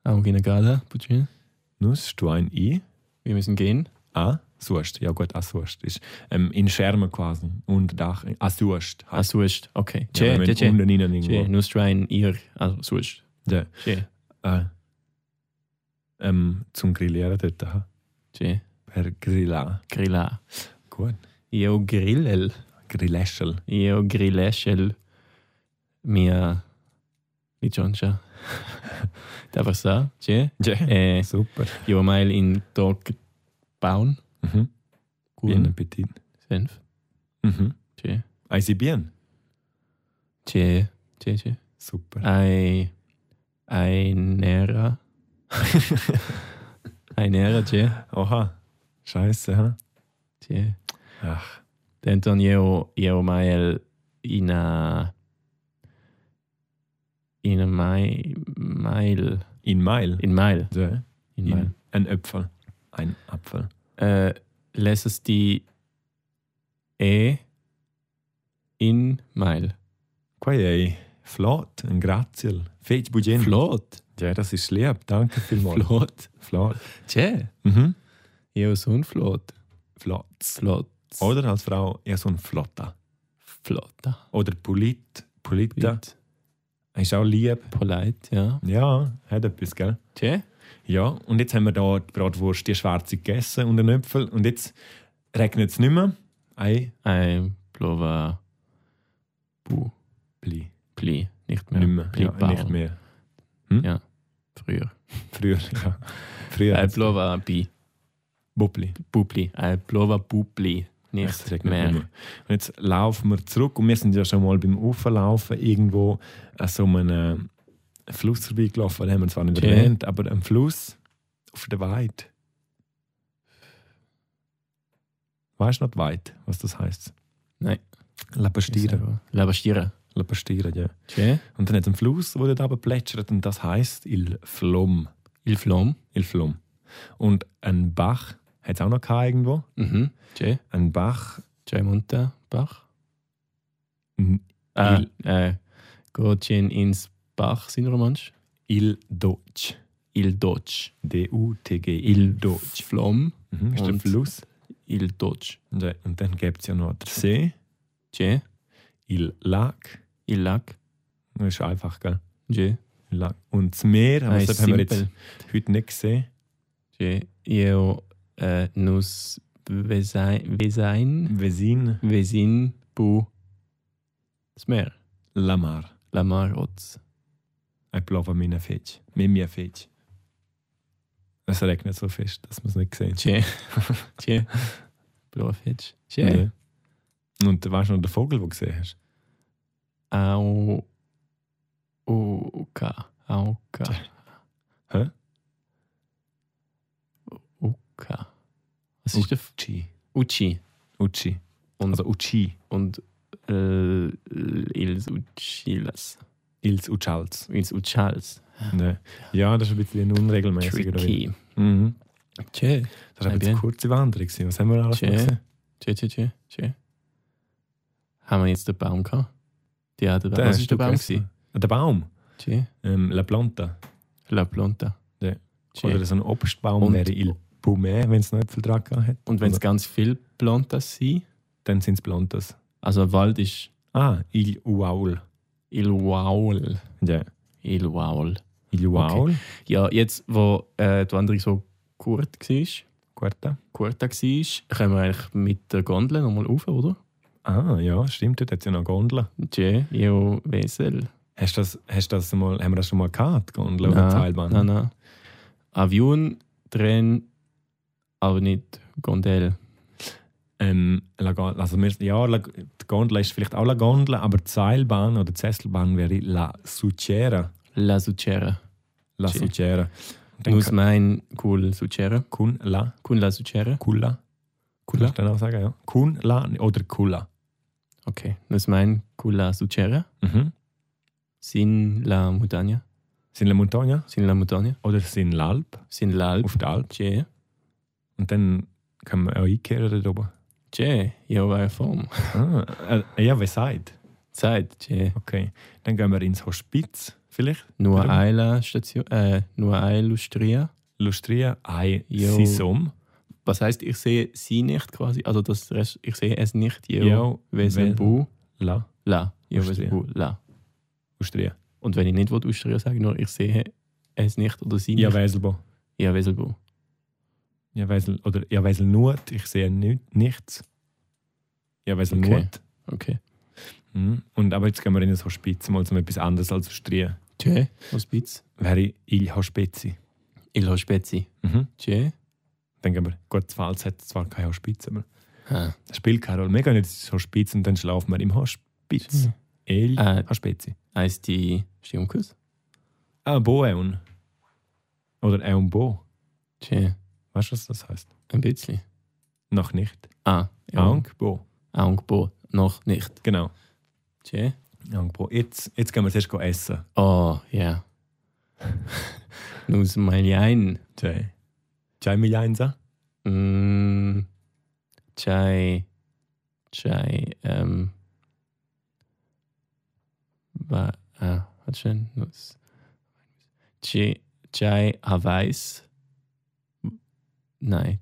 [SPEAKER 2] auch gehen gerade, Puccini.
[SPEAKER 1] Nussstein, i
[SPEAKER 2] Wir müssen gehen.
[SPEAKER 1] a sucht. Ja gut, a sucht. Ist ähm, in Schermen quasi. Und Dach, a sucht.
[SPEAKER 2] Ah, sonst, okay.
[SPEAKER 1] ja,
[SPEAKER 2] Che,
[SPEAKER 1] wenn
[SPEAKER 2] che,
[SPEAKER 1] man unten
[SPEAKER 2] che.
[SPEAKER 1] rein irgendwo.
[SPEAKER 2] Che, Nusswein, ihr, also sonst.
[SPEAKER 1] Ja.
[SPEAKER 2] Che,
[SPEAKER 1] Äh, ähm, zum Grillieren dort. aha.
[SPEAKER 2] che,
[SPEAKER 1] Per Grilla.
[SPEAKER 2] Grilla.
[SPEAKER 1] Gut.
[SPEAKER 2] Io grillel.
[SPEAKER 1] Grilleschel.
[SPEAKER 2] Io grilleschel mia [LAUGHS] licioncia. Einfach so, che. Äh,
[SPEAKER 1] Super.
[SPEAKER 2] io mal in Tag bauen.
[SPEAKER 1] Mhm. Guten
[SPEAKER 2] Guten
[SPEAKER 1] Appetit.
[SPEAKER 2] Senf.
[SPEAKER 1] Mhm.
[SPEAKER 2] Che,
[SPEAKER 1] Eisi bien.
[SPEAKER 2] che, che, che.
[SPEAKER 1] Super.
[SPEAKER 2] Ei, ei [LAUGHS] nera. ei nera, che,
[SPEAKER 1] Ah. Oha. Scheiße, ha?
[SPEAKER 2] che.
[SPEAKER 1] Ach.
[SPEAKER 2] Denton io, io mal in a in a mai, mail
[SPEAKER 1] In Meil.
[SPEAKER 2] in mail
[SPEAKER 1] Ja.
[SPEAKER 2] in mail
[SPEAKER 1] In ein Äpfel. Ein Apfel.
[SPEAKER 2] äh, lässt es die e in mail
[SPEAKER 1] Quai ei. Flott. Ein Graziel. Fetch Bugien.
[SPEAKER 2] flot
[SPEAKER 1] Ja, das ist lieb. Danke vielmals.
[SPEAKER 2] flot
[SPEAKER 1] Flott.
[SPEAKER 2] che
[SPEAKER 1] Mhm.
[SPEAKER 2] io son flot
[SPEAKER 1] Flotz.
[SPEAKER 2] flot
[SPEAKER 1] Oder als Frau eher so ein Flotta.
[SPEAKER 2] flotta
[SPEAKER 1] Oder Polit. Polita.
[SPEAKER 2] Bit
[SPEAKER 1] Ist auch lieb.
[SPEAKER 2] polite ja
[SPEAKER 1] Ja, hat etwas, gell?
[SPEAKER 2] che
[SPEAKER 1] Ja, und jetzt haben wir da die Bratwurst, die schwarze gegessen und den Äpfel. Und jetzt regnet es nicht mehr. Ei,
[SPEAKER 2] ein plova bu
[SPEAKER 1] pli.
[SPEAKER 2] pli nicht mehr
[SPEAKER 1] Nicht mehr.
[SPEAKER 2] pli
[SPEAKER 1] Ja, nicht mehr.
[SPEAKER 2] früher
[SPEAKER 1] Früher, ja. Früher.
[SPEAKER 2] ein
[SPEAKER 1] hat's-
[SPEAKER 2] plova bi
[SPEAKER 1] Bubli.
[SPEAKER 2] Bubli. Ein Pullover Bubli.
[SPEAKER 1] Es
[SPEAKER 2] Nicht
[SPEAKER 1] regnet nicht mehr.
[SPEAKER 2] mehr.
[SPEAKER 1] Und jetzt laufen wir zurück und wir sind ja schon mal beim Uferlaufen irgendwo an so einem äh, Fluss vorbeigelaufen. Den haben wir zwar nicht
[SPEAKER 2] Tja.
[SPEAKER 1] erwähnt, aber am Fluss auf der Weide. Weißt du noch die Weide, was das heisst?
[SPEAKER 2] Nein.
[SPEAKER 1] La Bastira.
[SPEAKER 2] La Bastira.
[SPEAKER 1] La Bastira, ja.
[SPEAKER 2] Che?
[SPEAKER 1] Und dann hat es einen Fluss, der dort runter plätschert und das heisst Il Flom.
[SPEAKER 2] Il Flom.
[SPEAKER 1] Il Flom. Und ein Bach hat es auch noch gehabt irgendwo.
[SPEAKER 2] Mhm. Che?
[SPEAKER 1] Ein Bach.
[SPEAKER 2] Chai Munta. Bach.
[SPEAKER 1] n-
[SPEAKER 2] Ah,
[SPEAKER 1] Il-
[SPEAKER 2] äh, Gotchen ins Bach, sind Romansch.
[SPEAKER 1] Il Dodge.
[SPEAKER 2] Il Dodge.
[SPEAKER 1] D-U-T-G. Il Dodge.
[SPEAKER 2] Flom.
[SPEAKER 1] Mhm, ist der
[SPEAKER 2] Und-
[SPEAKER 1] Fluss.
[SPEAKER 2] Il Dodge.
[SPEAKER 1] Ja, Und dann gibt es ja noch den See.
[SPEAKER 2] Che?
[SPEAKER 1] Il Lac.
[SPEAKER 2] Il Lac.
[SPEAKER 1] Das ist einfach, gell?
[SPEAKER 2] Che?
[SPEAKER 1] Il Lac. Und das Meer, aber
[SPEAKER 2] Ah,
[SPEAKER 1] das haben wir jetzt
[SPEAKER 2] simpel.
[SPEAKER 1] heute nicht gesehen.
[SPEAKER 2] Che? Io äh, nus vesein, vesein,
[SPEAKER 1] Vesin,
[SPEAKER 2] vesin bu das Meer.
[SPEAKER 1] La Mar.
[SPEAKER 2] La Mar Oz.
[SPEAKER 1] Ein Plover mit einem Fetsch. Mit mir Fetsch. Es regnet so fest, dass man es nicht sieht.
[SPEAKER 2] [LAUGHS] Che? che? Blåfetch. Che?
[SPEAKER 1] Ja. Und weißt du noch den Vogel, den du gesehen hast?
[SPEAKER 2] Au. Uka. Auka.
[SPEAKER 1] Hä?
[SPEAKER 2] Uka. Was ist der? F-
[SPEAKER 1] Uchi.
[SPEAKER 2] Uchi.
[SPEAKER 1] Uchi.
[SPEAKER 2] Und,
[SPEAKER 1] Also Uchi.
[SPEAKER 2] und äh, ils Uchilas.
[SPEAKER 1] Ils Uchals.
[SPEAKER 2] Ils Uchals.
[SPEAKER 1] Ja. ja, das ist ein bisschen ein unregelmäßiger.
[SPEAKER 2] Ah. Tricky.
[SPEAKER 1] Mhm.
[SPEAKER 2] Che.
[SPEAKER 1] Das war
[SPEAKER 2] Ah,
[SPEAKER 1] aber jetzt
[SPEAKER 2] bien.
[SPEAKER 1] eine kurze Wanderung. gewesen. Was haben wir alles
[SPEAKER 2] Schön.
[SPEAKER 1] gesehen?
[SPEAKER 2] Che, che, che, che. Haben wir jetzt den Baum gehabt? Ja, der Baum.
[SPEAKER 1] Den
[SPEAKER 2] Was
[SPEAKER 1] hast
[SPEAKER 2] ist der
[SPEAKER 1] du
[SPEAKER 2] Baum?
[SPEAKER 1] gegessen.
[SPEAKER 2] gewesen?
[SPEAKER 1] Ah, Der Baum.
[SPEAKER 2] Che.
[SPEAKER 1] Ähm, La Planta.
[SPEAKER 2] La Planta.
[SPEAKER 1] Ja.
[SPEAKER 2] Che.
[SPEAKER 1] Oder so ein Obstbaum
[SPEAKER 2] Und-
[SPEAKER 1] wäre Il Pumé, wenn es einen Äpfel dran gehabt hat.
[SPEAKER 2] Und wenn es ganz viel Plantas sind,
[SPEAKER 1] Dann sind es Plantas.
[SPEAKER 2] also Wald ist
[SPEAKER 1] Ah, Il Uaul.
[SPEAKER 2] Il Waul.
[SPEAKER 1] Ja.
[SPEAKER 2] Il Waul.
[SPEAKER 1] Il Uaul.
[SPEAKER 2] Ja, jetzt, wo äh, die Wanderung so kurz war,
[SPEAKER 1] Quarta.
[SPEAKER 2] kurz war, kommen wir eigentlich mit der Gondel nochmal rauf, oder?
[SPEAKER 1] Ah, ja, stimmt. Dort hat es ja noch Gondeln.
[SPEAKER 2] Che, io Wesel.
[SPEAKER 1] Hast du das, hast du das mal, haben wir das schon mal gehabt, die Gondeln oder
[SPEAKER 2] Na,
[SPEAKER 1] Teilbahn?
[SPEAKER 2] Nein, nein. Avion, Tren, aber nicht Gondel.
[SPEAKER 1] Ähm, La Gon- also wir, ja, La, die Gondel ist vielleicht auch La Gondel, aber die Seilbahn oder die Sesselbahn wäre La Sucera.
[SPEAKER 2] La Sucera.
[SPEAKER 1] La
[SPEAKER 2] Sì.
[SPEAKER 1] Sucera. Und dann
[SPEAKER 2] Nus
[SPEAKER 1] kann-
[SPEAKER 2] mein Kul Sucera.
[SPEAKER 1] Kun La
[SPEAKER 2] Kun La Sucera.
[SPEAKER 1] Kulla. Kulla? Dann auch sagen, ja. Kun La oder Kulla.
[SPEAKER 2] Okay. Nus mein Kul La Sucera.
[SPEAKER 1] Mhm.
[SPEAKER 2] Sin La Mutania.
[SPEAKER 1] Sind La Montagna
[SPEAKER 2] Sind La Montagne,
[SPEAKER 1] oder sind L'Alp?
[SPEAKER 2] sind L'Alp.
[SPEAKER 1] Auf der Alp.
[SPEAKER 2] Tje,
[SPEAKER 1] Und dann können wir auch einkehren da oben.
[SPEAKER 2] tje, ja, war Form.
[SPEAKER 1] Ah, äh, ja, wer sagt?
[SPEAKER 2] Zeit, tje.
[SPEAKER 1] Okay. Dann gehen wir ins Hospiz vielleicht.
[SPEAKER 2] Nur
[SPEAKER 1] Warum?
[SPEAKER 2] Eila Station, äh, nur Eilustria.
[SPEAKER 1] Lustria ai
[SPEAKER 2] Jo.
[SPEAKER 1] sisom.
[SPEAKER 2] Was heißt, ich sehe sie nicht quasi, also das Rest, ich sehe es nicht, jo.
[SPEAKER 1] Jo, wel-
[SPEAKER 2] Wesen bu,
[SPEAKER 1] La.
[SPEAKER 2] la. Jo,
[SPEAKER 1] Austria.
[SPEAKER 2] wesen bu, la.
[SPEAKER 1] Lustria.
[SPEAKER 2] Und wenn ich nicht will, Austria sagen, nur ich sehe es nicht oder sie
[SPEAKER 1] Ja,
[SPEAKER 2] nicht.
[SPEAKER 1] Weiselbo.
[SPEAKER 2] Ja, wesen bu.
[SPEAKER 1] Ja, Weisel. Oder ja, Weisel Nut. Ich sehe nü- nichts. Ja, Weisel
[SPEAKER 2] Okay.
[SPEAKER 1] Nut.
[SPEAKER 2] Okay.
[SPEAKER 1] Mhm. Und aber jetzt gehen wir in das Hospiz, mal zum etwas anderes als Lustria.
[SPEAKER 2] Tje, Hospiz.
[SPEAKER 1] Wäre Il Hospizi.
[SPEAKER 2] Il Hospezi.
[SPEAKER 1] Mhm.
[SPEAKER 2] Tje.
[SPEAKER 1] Dann gehen wir. Gut, Pfalz hat zwar kein Hospiz, aber
[SPEAKER 2] Ah.
[SPEAKER 1] das spielt keine Rolle. Wir gehen jetzt ins Hospiz und dann schlafen wir im Hospiz. Il
[SPEAKER 2] Äh,
[SPEAKER 1] Hospizi.
[SPEAKER 2] heißt die Stimmkuss?
[SPEAKER 1] Ah, Boeun. Oder Eun Bo.
[SPEAKER 2] Tje,
[SPEAKER 1] Weißt du, was das heißt?
[SPEAKER 2] ein bisschen.
[SPEAKER 1] Noch nicht.
[SPEAKER 2] Ah,
[SPEAKER 1] Aung Bo.
[SPEAKER 2] Angbo. Noch nicht.
[SPEAKER 1] Genau.
[SPEAKER 2] Tje.
[SPEAKER 1] Aung Bo. Jetzt, jetzt gehen wir zuerst go essen.
[SPEAKER 2] Oh, ja. Nus Maljain.
[SPEAKER 1] Tschei. Tschei Miljainsa.
[SPEAKER 2] Mm, Chai. Chai. Ähm. Ba, ah, hat schon. Nus. Chai, Chai Awais. Nein.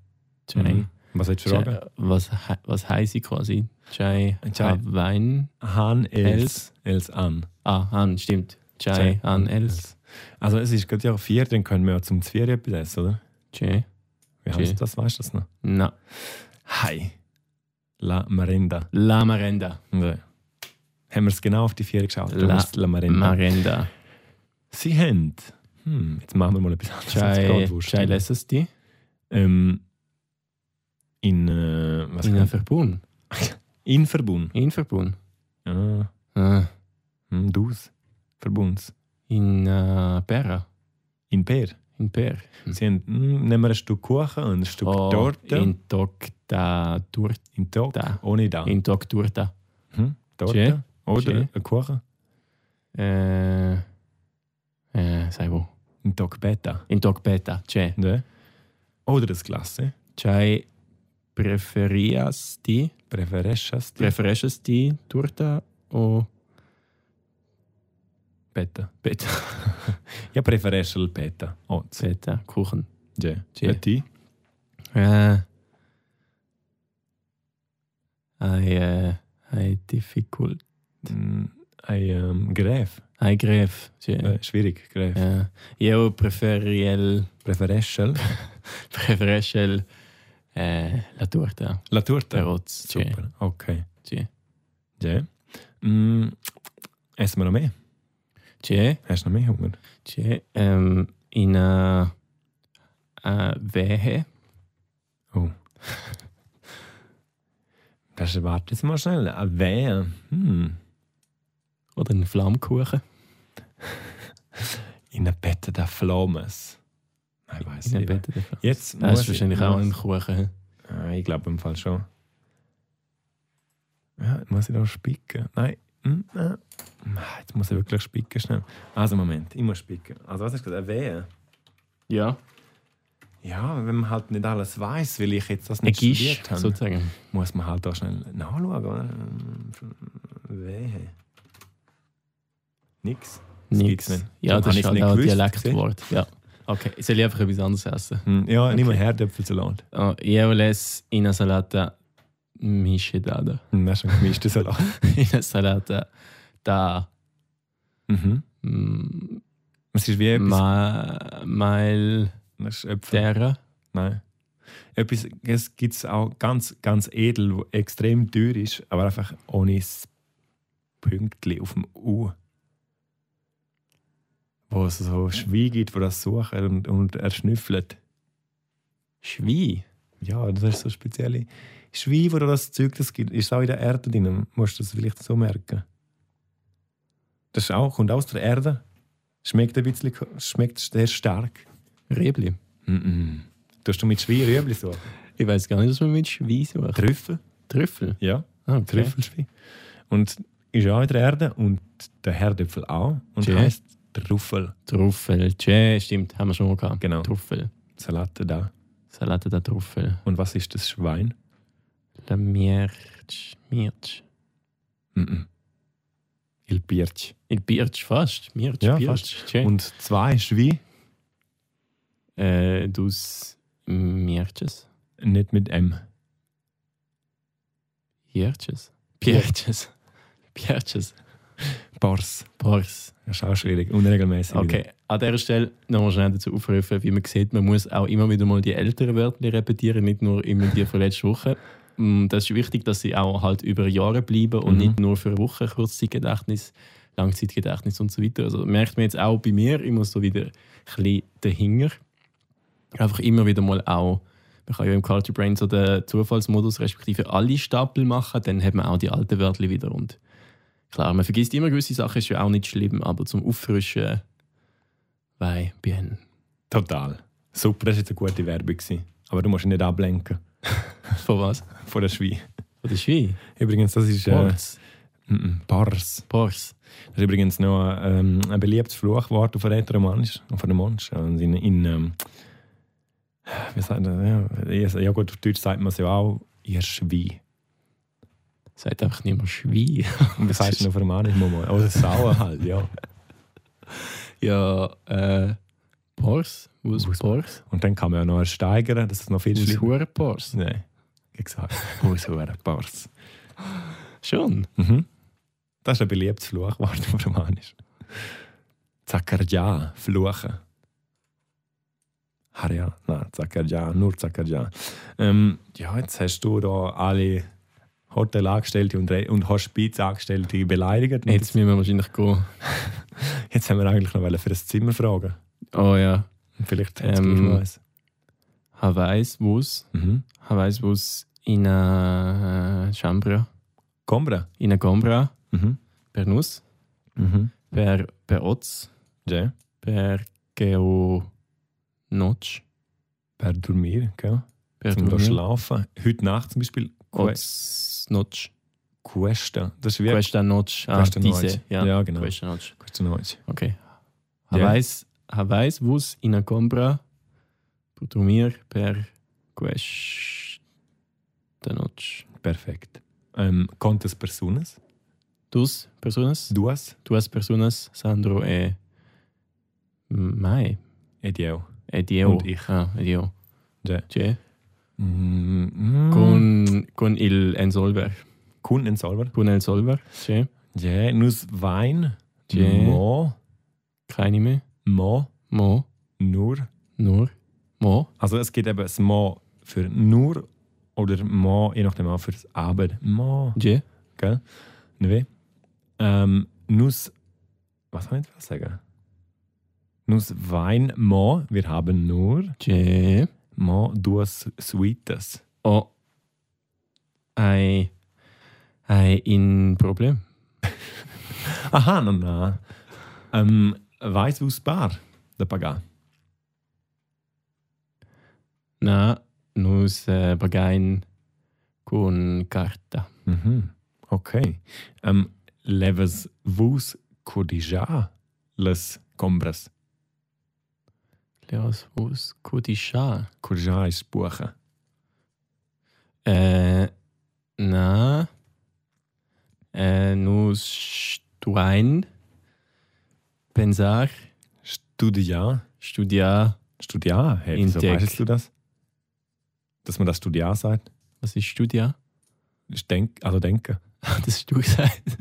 [SPEAKER 2] Chai.
[SPEAKER 1] Mhm. Was hast du für Fragen?
[SPEAKER 2] Chai, was, he- was heißt sie quasi? Chai
[SPEAKER 1] Chai.
[SPEAKER 2] Hawain?
[SPEAKER 1] Han Els. Els an.
[SPEAKER 2] Ah, Han, stimmt. Chai Han Els.
[SPEAKER 1] Also es ist gerade ja vier, dann können wir ja zum Zwiebeln etwas essen, oder?
[SPEAKER 2] Chai.
[SPEAKER 1] Wie
[SPEAKER 2] Tschei.
[SPEAKER 1] heißt das? Weißt du das noch?
[SPEAKER 2] Na,
[SPEAKER 1] Hi. La Merenda.
[SPEAKER 2] La Marenda.
[SPEAKER 1] Ja. Haben wir es genau auf die vier geschaut?
[SPEAKER 2] La-
[SPEAKER 1] La Merenda.
[SPEAKER 2] Marenda.
[SPEAKER 1] Sie haben. Hm, jetzt machen wir mal etwas anderes. als
[SPEAKER 2] Chai,
[SPEAKER 1] Bratwurst.
[SPEAKER 2] Chai lässt die
[SPEAKER 1] Ähm, in, äh, was
[SPEAKER 2] in
[SPEAKER 1] in,
[SPEAKER 2] Verbund.
[SPEAKER 1] in Verbund.
[SPEAKER 2] In Verbund.
[SPEAKER 1] Ja,
[SPEAKER 2] Ah,
[SPEAKER 1] hm, dus. Verbunds.
[SPEAKER 2] in äh, Pera.
[SPEAKER 1] In Peer.
[SPEAKER 2] In Per.
[SPEAKER 1] Sie haben, hm, nehmen wir ein Stück Kuchen und ein Stück Torte. In,
[SPEAKER 2] Oh, In Tokta Turta.
[SPEAKER 1] Tag.
[SPEAKER 2] da.
[SPEAKER 1] Ohne da.
[SPEAKER 2] In Tok Turta.
[SPEAKER 1] hm? Torte.
[SPEAKER 2] Tschä.
[SPEAKER 1] Oder
[SPEAKER 2] Tschä.
[SPEAKER 1] ein Kuchen.
[SPEAKER 2] Äh, äh, sei wo.
[SPEAKER 1] Ein Tag Beta.
[SPEAKER 2] In Tok Beta. Chai.
[SPEAKER 1] Ne? Oder eh? das Klasse.
[SPEAKER 2] Chai preferias die.
[SPEAKER 1] Preferescias di
[SPEAKER 2] Preferisces die Turta o
[SPEAKER 1] Beta.
[SPEAKER 2] Beta?
[SPEAKER 1] [LAUGHS] Ja, preferescial Beta. Oh, z-
[SPEAKER 2] Beta Kuchen.
[SPEAKER 1] Tschä.
[SPEAKER 2] Tschä.
[SPEAKER 1] Und die?
[SPEAKER 2] Äh. Ei, äh, ei difficult.
[SPEAKER 1] Hm, Ein ähm, Gräf.
[SPEAKER 2] Ei Gräf. Ja.
[SPEAKER 1] Äh, schwierig, Gräf.
[SPEAKER 2] Ja. Io [LAUGHS] preferiel,
[SPEAKER 1] Preferescial.
[SPEAKER 2] preferescel äh, la torta.
[SPEAKER 1] [LAUGHS] La Torte.
[SPEAKER 2] Der Rotz.
[SPEAKER 1] Super, okay.
[SPEAKER 2] Tschä.
[SPEAKER 1] Ja. Mm, essen wir noch mehr?
[SPEAKER 2] Tschä,
[SPEAKER 1] Hast du noch mehr Hunger?
[SPEAKER 2] tschä. Ähm, in a, a Wehe.
[SPEAKER 1] Oh. Das warte jetzt mal schnell. Ah, wer? Hm.
[SPEAKER 2] Oder ein Flammkuchen.
[SPEAKER 1] In der Bette der Flammes. Nein, Ich weiß
[SPEAKER 2] In einem
[SPEAKER 1] nicht.
[SPEAKER 2] Bett. davon.
[SPEAKER 1] Jetzt
[SPEAKER 2] Das
[SPEAKER 1] muss
[SPEAKER 2] ist wahrscheinlich auch ein
[SPEAKER 1] muss-
[SPEAKER 2] Kuchen.
[SPEAKER 1] Ah, ich glaube im Fall schon. Ja, jetzt muss ich da spicken? Nein. Hm, nein. Ah, Jetzt muss ich wirklich spicken schnell. Also Moment, ich muss spicken. Also was hast du gesagt? Ah, Wer?
[SPEAKER 2] Ja.
[SPEAKER 1] Ja, wenn man halt nicht alles weiß, weil ich jetzt das
[SPEAKER 2] Ein
[SPEAKER 1] nicht
[SPEAKER 2] Gisch,
[SPEAKER 1] studiert habe.
[SPEAKER 2] E sozusagen.
[SPEAKER 1] muss man halt auch schnell nachschauen. Oder? Ähm, Wehe. Nix. Das gibt's
[SPEAKER 2] Nix.
[SPEAKER 1] nicht.
[SPEAKER 2] Ja,
[SPEAKER 1] Darum
[SPEAKER 2] das
[SPEAKER 1] habe
[SPEAKER 2] ist
[SPEAKER 1] ich's
[SPEAKER 2] halt
[SPEAKER 1] nicht
[SPEAKER 2] auch ein
[SPEAKER 1] gewusst,
[SPEAKER 2] Dialektwort. Ja. Okay, ich soll einfach etwas anderes essen.
[SPEAKER 1] Hm, Ja, okay. nicht mehr
[SPEAKER 2] Okay.
[SPEAKER 1] Herdöpfelsalat.
[SPEAKER 2] Oh, io les in una salata miscedata.
[SPEAKER 1] Hm, Das ist ein gemischter Salat.
[SPEAKER 2] [LAUGHS] in una salata da
[SPEAKER 1] mhm.
[SPEAKER 2] mm,
[SPEAKER 1] Es ist wie etwas.
[SPEAKER 2] ma, mal
[SPEAKER 1] das ist Äpfel.
[SPEAKER 2] terra.
[SPEAKER 1] Nein. Etwas, es gibt es auch ganz, ganz edel, wo extrem teuer ist, aber einfach ohne das Pünktchen auf dem U. Wo es so Schwein gibt, wo das suchen und, und er schnüffelt.
[SPEAKER 2] Schwein.
[SPEAKER 1] Ja, das ist so spezielle Schwein, wo du das Zeug das gibt. Ist auch in der Erde drin. Musst du das vielleicht so merken. Das ist auch, kommt aus der Erde. Schmeckt ein bisschen, schmeckt sehr stark.
[SPEAKER 2] Rebli.
[SPEAKER 1] Mm -mm. Tust du mit Schwein Rüebli suchen?
[SPEAKER 2] Ich weiß gar nicht, was man mit Schwein sucht.
[SPEAKER 1] Trüffel?
[SPEAKER 2] Trüffel.
[SPEAKER 1] Ja,
[SPEAKER 2] Ah, okay.
[SPEAKER 1] Trüffelschwein. Und ist auch in der Erde und der Herdöpfel auch. Und
[SPEAKER 2] Tja.
[SPEAKER 1] heißt Truffel.
[SPEAKER 2] Truffel. Tschä, stimmt, haben wir schon mal gehabt.
[SPEAKER 1] Genau.
[SPEAKER 2] Truffel.
[SPEAKER 1] Salate da.
[SPEAKER 2] Salate da Truffel.
[SPEAKER 1] Und was ist das Schwein?
[SPEAKER 2] La Mierch. Mierch.
[SPEAKER 1] Mm -mm. Il Birch.
[SPEAKER 2] Il Birch fast. Mierch,
[SPEAKER 1] Ja,
[SPEAKER 2] Birch.
[SPEAKER 1] fast.
[SPEAKER 2] Tschä.
[SPEAKER 1] Und zwei ist wie?
[SPEAKER 2] äh, dus Mierches.
[SPEAKER 1] Nicht mit M.
[SPEAKER 2] Pierches. Pierches. Pierches.
[SPEAKER 1] Bars.
[SPEAKER 2] Bars.
[SPEAKER 1] Das ist auch schwierig. Unregelmäßig.
[SPEAKER 2] Okay, an dieser Stelle nochmal schnell dazu aufrufen, wie man sieht, man muss auch immer wieder mal die älteren Wörter repetieren, nicht nur immer die von letzter Woche. Mm, Das ist wichtig, dass sie auch halt über Jahre bleiben und
[SPEAKER 1] Mhm.
[SPEAKER 2] nicht nur für eine Woche Kurzzeitgedächtnis, Langzeitgedächtnis und so weiter. Also merkt man jetzt auch bei mir, ich muss so wieder ein bisschen dahinter. Einfach immer wieder mal auch, man kann ja im Culture Brain so den Zufallsmodus respektive alle Stapel machen, dann hat man auch die alten Wörter wieder und Klar, man vergisst immer gewisse Sachen, ist ja auch nicht schlimm, aber zum Auffrischen bei bien. [LAUGHS]
[SPEAKER 1] Total. Super, das war jetzt eine gute Werbung. gewesen. Aber du musst dich nicht ablenken [LAUGHS]
[SPEAKER 2] Von was?
[SPEAKER 1] von der Schwein.
[SPEAKER 2] Von der Schwein.
[SPEAKER 1] Übrigens, das ist. Äh,
[SPEAKER 2] Ports.
[SPEAKER 1] mm, mm, Bars.
[SPEAKER 2] Ports.
[SPEAKER 1] Das ist übrigens noch ähm, ein beliebtes Fluchwort auf älteren Mensch, auf einen Mensch. Und in, in ähm, wie sagt man, ja, ja gut, auf Deutsch sagt man es ja auch, ihr Schwein.
[SPEAKER 2] Sagt einfach nicht mehr Schwein.
[SPEAKER 1] Und was heißt denn auf Romanisch? Mama? Oder Sauer halt, ja.
[SPEAKER 2] Ja, äh, Ports. Aus
[SPEAKER 1] Aus-
[SPEAKER 2] Ports.
[SPEAKER 1] Und dann kann man ja noch ersteigern, dass es noch viel
[SPEAKER 2] Aus
[SPEAKER 1] schlimmer
[SPEAKER 2] Hurenports.
[SPEAKER 1] Nein, gesagt. Aus Hurenbars.
[SPEAKER 2] Schon.
[SPEAKER 1] Mhm. Das ist ein beliebtes Fluchwort [LAUGHS] auf Romanisch. Zakarja, fluchen. Harja, nein, Zakarja, nur Zakarja. Ähm, ja, jetzt hast du da alle Hotelangestellte und, Re- und Hospizangestellte beleidigt. Und
[SPEAKER 2] Jetzt
[SPEAKER 1] Jetzt,
[SPEAKER 2] müssen wir wahrscheinlich gehen.
[SPEAKER 1] jetzt haben wir eigentlich noch wollen für ein Zimmer fragen.
[SPEAKER 2] Oh ja.
[SPEAKER 1] Und Vielleicht hat es
[SPEAKER 2] Ähm.
[SPEAKER 1] gleich noch eins.
[SPEAKER 2] Havais vos.
[SPEAKER 1] Mhm.
[SPEAKER 2] Havais vos in a Chambra.
[SPEAKER 1] Combra.
[SPEAKER 2] In a Gombra.
[SPEAKER 1] Mhm.
[SPEAKER 2] Per Nuss.
[SPEAKER 1] Mhm.
[SPEAKER 2] Per, per Oz.
[SPEAKER 1] Ja.
[SPEAKER 2] Per Geo. Notch.
[SPEAKER 1] Per dormir, gell?
[SPEAKER 2] Per
[SPEAKER 1] Zum da
[SPEAKER 2] Dormir.
[SPEAKER 1] schlafen. Heute Nacht zum Beispiel Que-
[SPEAKER 2] Oz. Notch.
[SPEAKER 1] Cuesta. Das ist wie
[SPEAKER 2] Questa Notch. Ah,
[SPEAKER 1] Questa
[SPEAKER 2] diese.
[SPEAKER 1] Notch.
[SPEAKER 2] Ja,
[SPEAKER 1] Ja, genau.
[SPEAKER 2] Questa Notch.
[SPEAKER 1] Cuesta Noche.
[SPEAKER 2] Okay.
[SPEAKER 1] Ja.
[SPEAKER 2] Havais, Havais vos in a compra por dormir per questa Notch.
[SPEAKER 1] Perfekt. Ähm, Contes Personas,
[SPEAKER 2] Duas personas?
[SPEAKER 1] duas
[SPEAKER 2] Duas personas, Sandro e Mai.
[SPEAKER 1] ed eu.
[SPEAKER 2] E Diego.
[SPEAKER 1] Und ich.
[SPEAKER 2] Ah, e Diego.
[SPEAKER 1] Ja.
[SPEAKER 2] Cioè,
[SPEAKER 1] Mm, mm.
[SPEAKER 2] Con, con il Ensolver.
[SPEAKER 1] Kun en Salver.
[SPEAKER 2] Con il Solver. Cioè,
[SPEAKER 1] Ja, nus Wein.
[SPEAKER 2] Ja.
[SPEAKER 1] Mo,
[SPEAKER 2] keine mehr.
[SPEAKER 1] mo,
[SPEAKER 2] Mo,
[SPEAKER 1] nur.
[SPEAKER 2] nur, mo.
[SPEAKER 1] Also es gibt eben das Mo für nur oder Mo, je nachdem auch fürs Aber. Mo,
[SPEAKER 2] Cioè,
[SPEAKER 1] gell? Ne weh? Ähm, nus, was soll ich jetzt sagen? Nus Wein, mo, wir haben nur,
[SPEAKER 2] cioè.
[SPEAKER 1] mo, duas suites.
[SPEAKER 2] Oh, I, I in Problem.
[SPEAKER 1] Aha, na na. Ähm, weiss aus Bar, der Pagan.
[SPEAKER 2] Na, nus äh, bagain con carta.
[SPEAKER 1] Mhm. Okay. Ähm, leves vus codija les compras.
[SPEAKER 2] Leos vos codisha.
[SPEAKER 1] Codija ist buchen.
[SPEAKER 2] Äh, na, äh, nus stuein pensar
[SPEAKER 1] Studia.
[SPEAKER 2] studia.
[SPEAKER 1] Studia, hey, wieso
[SPEAKER 2] Intec.
[SPEAKER 1] weißt du das? Dass man das Studia sagt?
[SPEAKER 2] Was ist studia? [LAUGHS]
[SPEAKER 1] Ich denk, also denke.
[SPEAKER 2] Das hast du gesagt.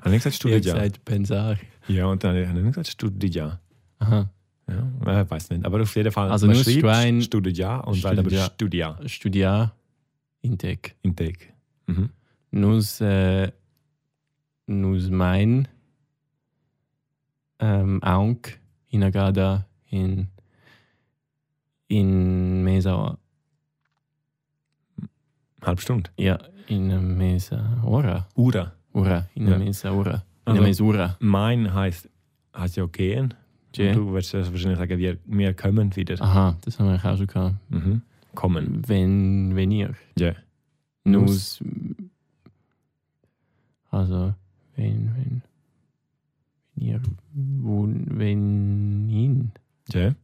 [SPEAKER 1] Habe ich gesagt
[SPEAKER 2] Ich habe
[SPEAKER 1] Studia?
[SPEAKER 2] gesagt pensar.
[SPEAKER 1] Ja, und dann habe ich gesagt Studia.
[SPEAKER 2] Aha,
[SPEAKER 1] Ja, äh, weiß nicht. Aber auf jeden Fall,
[SPEAKER 2] Also
[SPEAKER 1] man
[SPEAKER 2] nur
[SPEAKER 1] schreibt
[SPEAKER 2] Schwein-
[SPEAKER 1] Studia und sagt aber
[SPEAKER 2] Studia.
[SPEAKER 1] Studia.
[SPEAKER 2] studia intec.
[SPEAKER 1] Intake. Mhm.
[SPEAKER 2] Nus, äh, nus mein ähm, Aunk Hinagada in in Mesa
[SPEAKER 1] Halb Stunde.
[SPEAKER 2] ja in Mesa Ora
[SPEAKER 1] Ura.
[SPEAKER 2] Ura in
[SPEAKER 1] Ja.
[SPEAKER 2] Mesa Ura in
[SPEAKER 1] Also-
[SPEAKER 2] Mesura
[SPEAKER 1] Mein heißt, heißt ja gehen.
[SPEAKER 2] Tje. Ah.
[SPEAKER 1] Du wirst das wahrscheinlich sagen, wir, wir kommen wieder.
[SPEAKER 2] aha das haben wir auch schon gehabt
[SPEAKER 1] Mhm. Kommen.
[SPEAKER 2] wenn wenn ihr
[SPEAKER 1] Ja.
[SPEAKER 2] nus also wenn wenn Nirvun- Venin.
[SPEAKER 1] Ja.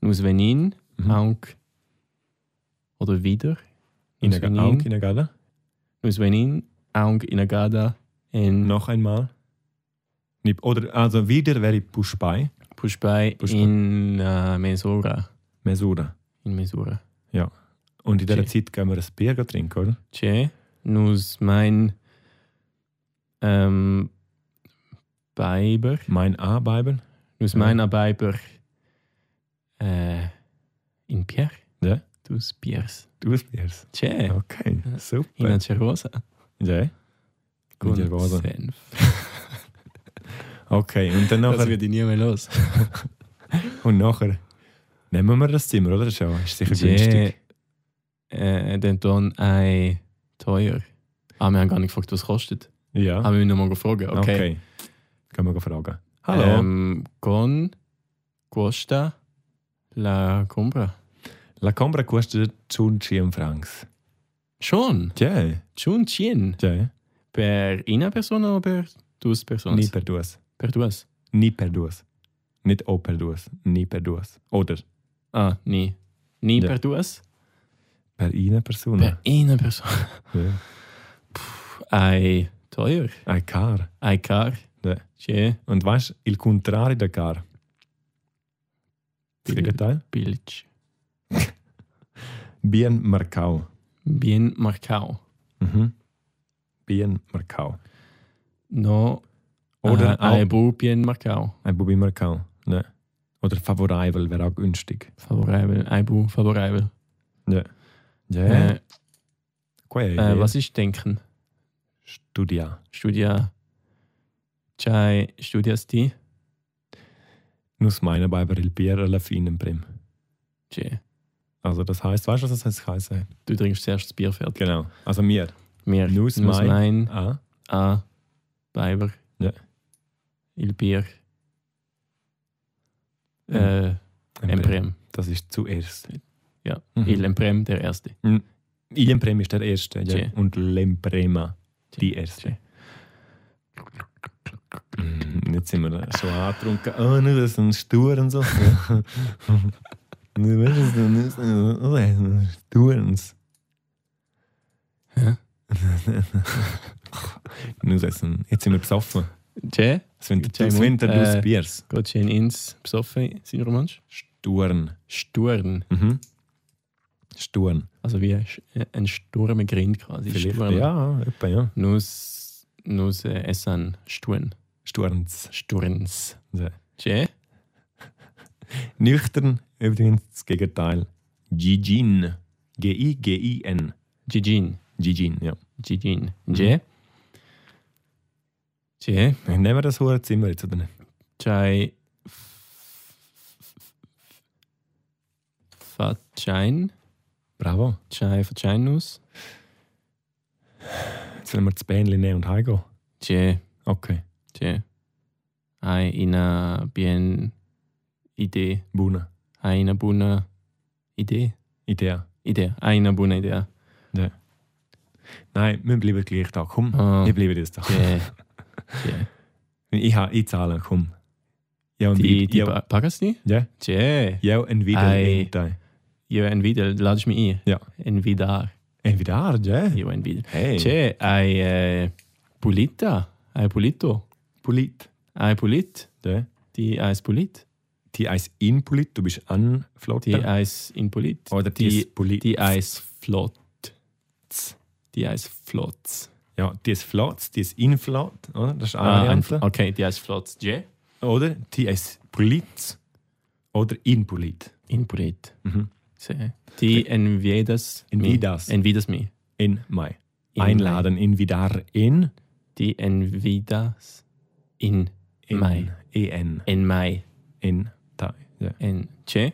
[SPEAKER 2] Aus Venin,
[SPEAKER 1] Mhm.
[SPEAKER 2] Aunk. Oder wieder.
[SPEAKER 1] In
[SPEAKER 2] Aus
[SPEAKER 1] der
[SPEAKER 2] Venin.
[SPEAKER 1] Aug, in der Gala.
[SPEAKER 2] Aus Venin, Aunk, Inagada, in
[SPEAKER 1] Noch einmal. Nip- Oder also wieder wäre Pushpai,
[SPEAKER 2] Pushpai,
[SPEAKER 1] Pushpai.
[SPEAKER 2] in äh, Mesura.
[SPEAKER 1] Mesura.
[SPEAKER 2] In Mesura.
[SPEAKER 1] Und in dieser
[SPEAKER 2] Okay.
[SPEAKER 1] Zeit gehen wir ein Bier trinken, oder?
[SPEAKER 2] Che, nus mein ähm, Biber,
[SPEAKER 1] Mein Anbeiber.
[SPEAKER 2] nus
[SPEAKER 1] Ja.
[SPEAKER 2] mein Biber äh, in Pierre.
[SPEAKER 1] Ja.
[SPEAKER 2] Dus Piers.
[SPEAKER 1] Du bist Biers.
[SPEAKER 2] Che,
[SPEAKER 1] Okay,
[SPEAKER 2] Ja. in
[SPEAKER 1] super.
[SPEAKER 2] a Cerosa.
[SPEAKER 1] Ja.
[SPEAKER 2] Con
[SPEAKER 1] Cervosa.
[SPEAKER 2] Senf.
[SPEAKER 1] Okay, und dann
[SPEAKER 2] Das
[SPEAKER 1] nachher,
[SPEAKER 2] wird ich nie mehr los.
[SPEAKER 1] und nachher nehmen wir das Zimmer, oder? Das ist, ja, ist sicher
[SPEAKER 2] Che,
[SPEAKER 1] günstig.
[SPEAKER 2] äh, den Ton ei teuer. Ah, wir haben gar nicht gefragt, was kostet.
[SPEAKER 1] Ja.
[SPEAKER 2] Ah, wir müssen nochmal fragen. Okay.
[SPEAKER 1] okay. Können wir fragen. Hallo.
[SPEAKER 2] Ähm, con Costa la Compra.
[SPEAKER 1] La Combra kostet 100 Francs.
[SPEAKER 2] Schon.
[SPEAKER 1] Ja,
[SPEAKER 2] Schon cien.
[SPEAKER 1] ja.
[SPEAKER 2] Per una persona o per dos personas?
[SPEAKER 1] Nie per duas.
[SPEAKER 2] Per duas.
[SPEAKER 1] Nie per duas. Nicht o per duas. Nie per duas. Oder
[SPEAKER 2] Ah, nie. Nie
[SPEAKER 1] Ja.
[SPEAKER 2] per duas?
[SPEAKER 1] per eine Person.
[SPEAKER 2] Per una persona.
[SPEAKER 1] Ja.
[SPEAKER 2] Ai teuer.
[SPEAKER 1] Ein Car.
[SPEAKER 2] Ai car.
[SPEAKER 1] Ja.
[SPEAKER 2] Che
[SPEAKER 1] Und weißt du, il contrario da Car. Das
[SPEAKER 2] Bil-
[SPEAKER 1] Gegenteil?
[SPEAKER 2] billig.
[SPEAKER 1] Bien marcado.
[SPEAKER 2] Bien marcado.
[SPEAKER 1] Mhm. Bien marcado.
[SPEAKER 2] No.
[SPEAKER 1] Oder
[SPEAKER 2] ah, ai
[SPEAKER 1] auch
[SPEAKER 2] bu bien marcado.
[SPEAKER 1] ein Bubi marcado. Ne. Oder favorable wäre auch günstig.
[SPEAKER 2] Favorable. Ai bu favorable.
[SPEAKER 1] Ja.
[SPEAKER 2] Äh,
[SPEAKER 1] Quae
[SPEAKER 2] äh,
[SPEAKER 1] idea.
[SPEAKER 2] was ist denken?
[SPEAKER 1] Studia.
[SPEAKER 2] Studia. Chai studias ti?
[SPEAKER 1] Nus meine Biber il Bier alla fine prim.
[SPEAKER 2] Che.
[SPEAKER 1] Also das heißt, weißt du, was das heißt?
[SPEAKER 2] Du trinkst zuerst das Bier fertig.
[SPEAKER 1] Genau. Also mir.
[SPEAKER 2] Mir.
[SPEAKER 1] Nus mein.
[SPEAKER 2] mein.
[SPEAKER 1] Ah.
[SPEAKER 2] A. Biber.
[SPEAKER 1] Ja.
[SPEAKER 2] Il Bier. Äh,
[SPEAKER 1] Emprem.
[SPEAKER 2] Emprem.
[SPEAKER 1] Das ist zuerst.
[SPEAKER 2] Ja.
[SPEAKER 1] Mhm.
[SPEAKER 2] Il Emprem, der Erste.
[SPEAKER 1] Il Emprem ist der erste. Ja.
[SPEAKER 2] Tje.
[SPEAKER 1] Und L'Emprema, die erste.
[SPEAKER 2] Tje.
[SPEAKER 1] Mm, Jetzt sind wir so angetrunken. Oh, nur das ist ein Stur und
[SPEAKER 2] [LAUGHS]
[SPEAKER 1] so. Nur das ist ein- oh, das ist ein Stur und so.
[SPEAKER 2] Hä?
[SPEAKER 1] [LAUGHS] Nur das ist ein- Jetzt sind wir besoffen.
[SPEAKER 2] Che,
[SPEAKER 1] Das Winter,
[SPEAKER 2] Tje,
[SPEAKER 1] das Winter
[SPEAKER 2] Mund,
[SPEAKER 1] des
[SPEAKER 2] äh,
[SPEAKER 1] Biers.
[SPEAKER 2] geht schön ins Besoffen, sind wir Mensch?
[SPEAKER 1] Sturn.
[SPEAKER 2] Sturm.
[SPEAKER 1] Mhm. Sturn.
[SPEAKER 2] Also wie ein Sch- äh, ein Sturm Grind quasi.
[SPEAKER 1] Vielleicht.
[SPEAKER 2] Sturm.
[SPEAKER 1] Ja, etwa, ja.
[SPEAKER 2] Nus, nus äh, essen Sturm.
[SPEAKER 1] Sturns.
[SPEAKER 2] Sturms.
[SPEAKER 1] Ja.
[SPEAKER 2] Che,
[SPEAKER 1] Nüchtern, übrigens das Gegenteil. Gigin. G-I-G-I-N.
[SPEAKER 2] Gigin.
[SPEAKER 1] Gigin, ja.
[SPEAKER 2] Gigin.
[SPEAKER 1] Mhm.
[SPEAKER 2] Che. Che,
[SPEAKER 1] Nehmen wir das hohe Zimmer jetzt, oder nicht?
[SPEAKER 2] Chai. Fatschein.
[SPEAKER 1] Bravo.
[SPEAKER 2] Chai Fatscheinus.
[SPEAKER 1] Jetzt wollen wir das Bähnchen nehmen und heimgehen.
[SPEAKER 2] Che,
[SPEAKER 1] Okay.
[SPEAKER 2] che. Hai ina bien idee.
[SPEAKER 1] Buna.
[SPEAKER 2] Hai ina buona idee.
[SPEAKER 1] Idee.
[SPEAKER 2] Idee. Hai ina buona idee.
[SPEAKER 1] Nein, wir bleiben gleich da. Komm, [LAUGHS]
[SPEAKER 2] Ah.
[SPEAKER 1] ich bleibe jetzt da.
[SPEAKER 2] Che. che.
[SPEAKER 1] Ich, ha, ich zahle, komm. Ja, und
[SPEAKER 2] Ti,
[SPEAKER 1] ich.
[SPEAKER 2] ti
[SPEAKER 1] Ja,
[SPEAKER 2] pa- pagas ni?
[SPEAKER 1] Ja.
[SPEAKER 2] Che.
[SPEAKER 1] ja, ein Video.
[SPEAKER 2] Ei.
[SPEAKER 1] Entweder.
[SPEAKER 2] Io envidio, lades mi i.
[SPEAKER 1] Ja.
[SPEAKER 2] Envidar.
[SPEAKER 1] Entweder, ja.
[SPEAKER 2] Io envidio.
[SPEAKER 1] Hey.
[SPEAKER 2] Che, hai eh, pulita? Hai pulito?
[SPEAKER 1] Polit.
[SPEAKER 2] Hai pulit?
[SPEAKER 1] Ja.
[SPEAKER 2] Ti hai pulit?
[SPEAKER 1] Die Eis in Polit, du bist an
[SPEAKER 2] Die
[SPEAKER 1] Flotte.
[SPEAKER 2] Eis in Polit.
[SPEAKER 1] Oder die,
[SPEAKER 2] die,
[SPEAKER 1] ist Polit.
[SPEAKER 2] die Eis flott. Die Eis flott.
[SPEAKER 1] Ja, die ist flott, die ist inflat, oder? Das ist eine
[SPEAKER 2] Ah, ein-
[SPEAKER 1] Variante.
[SPEAKER 2] okay, die Eis flott. Je?
[SPEAKER 1] Oder die ist polit oder inpolit.
[SPEAKER 2] In Polit.
[SPEAKER 1] Mhm.
[SPEAKER 2] Se. Die envidas
[SPEAKER 1] Envidas.
[SPEAKER 2] Mi. Envidas mi.
[SPEAKER 1] In Mai.
[SPEAKER 2] In
[SPEAKER 1] Einladen in Vidar in.
[SPEAKER 2] Die envidas in
[SPEAKER 1] in
[SPEAKER 2] Mai.
[SPEAKER 1] En.
[SPEAKER 2] en mai.
[SPEAKER 1] In. Tai. Ja.
[SPEAKER 2] En che?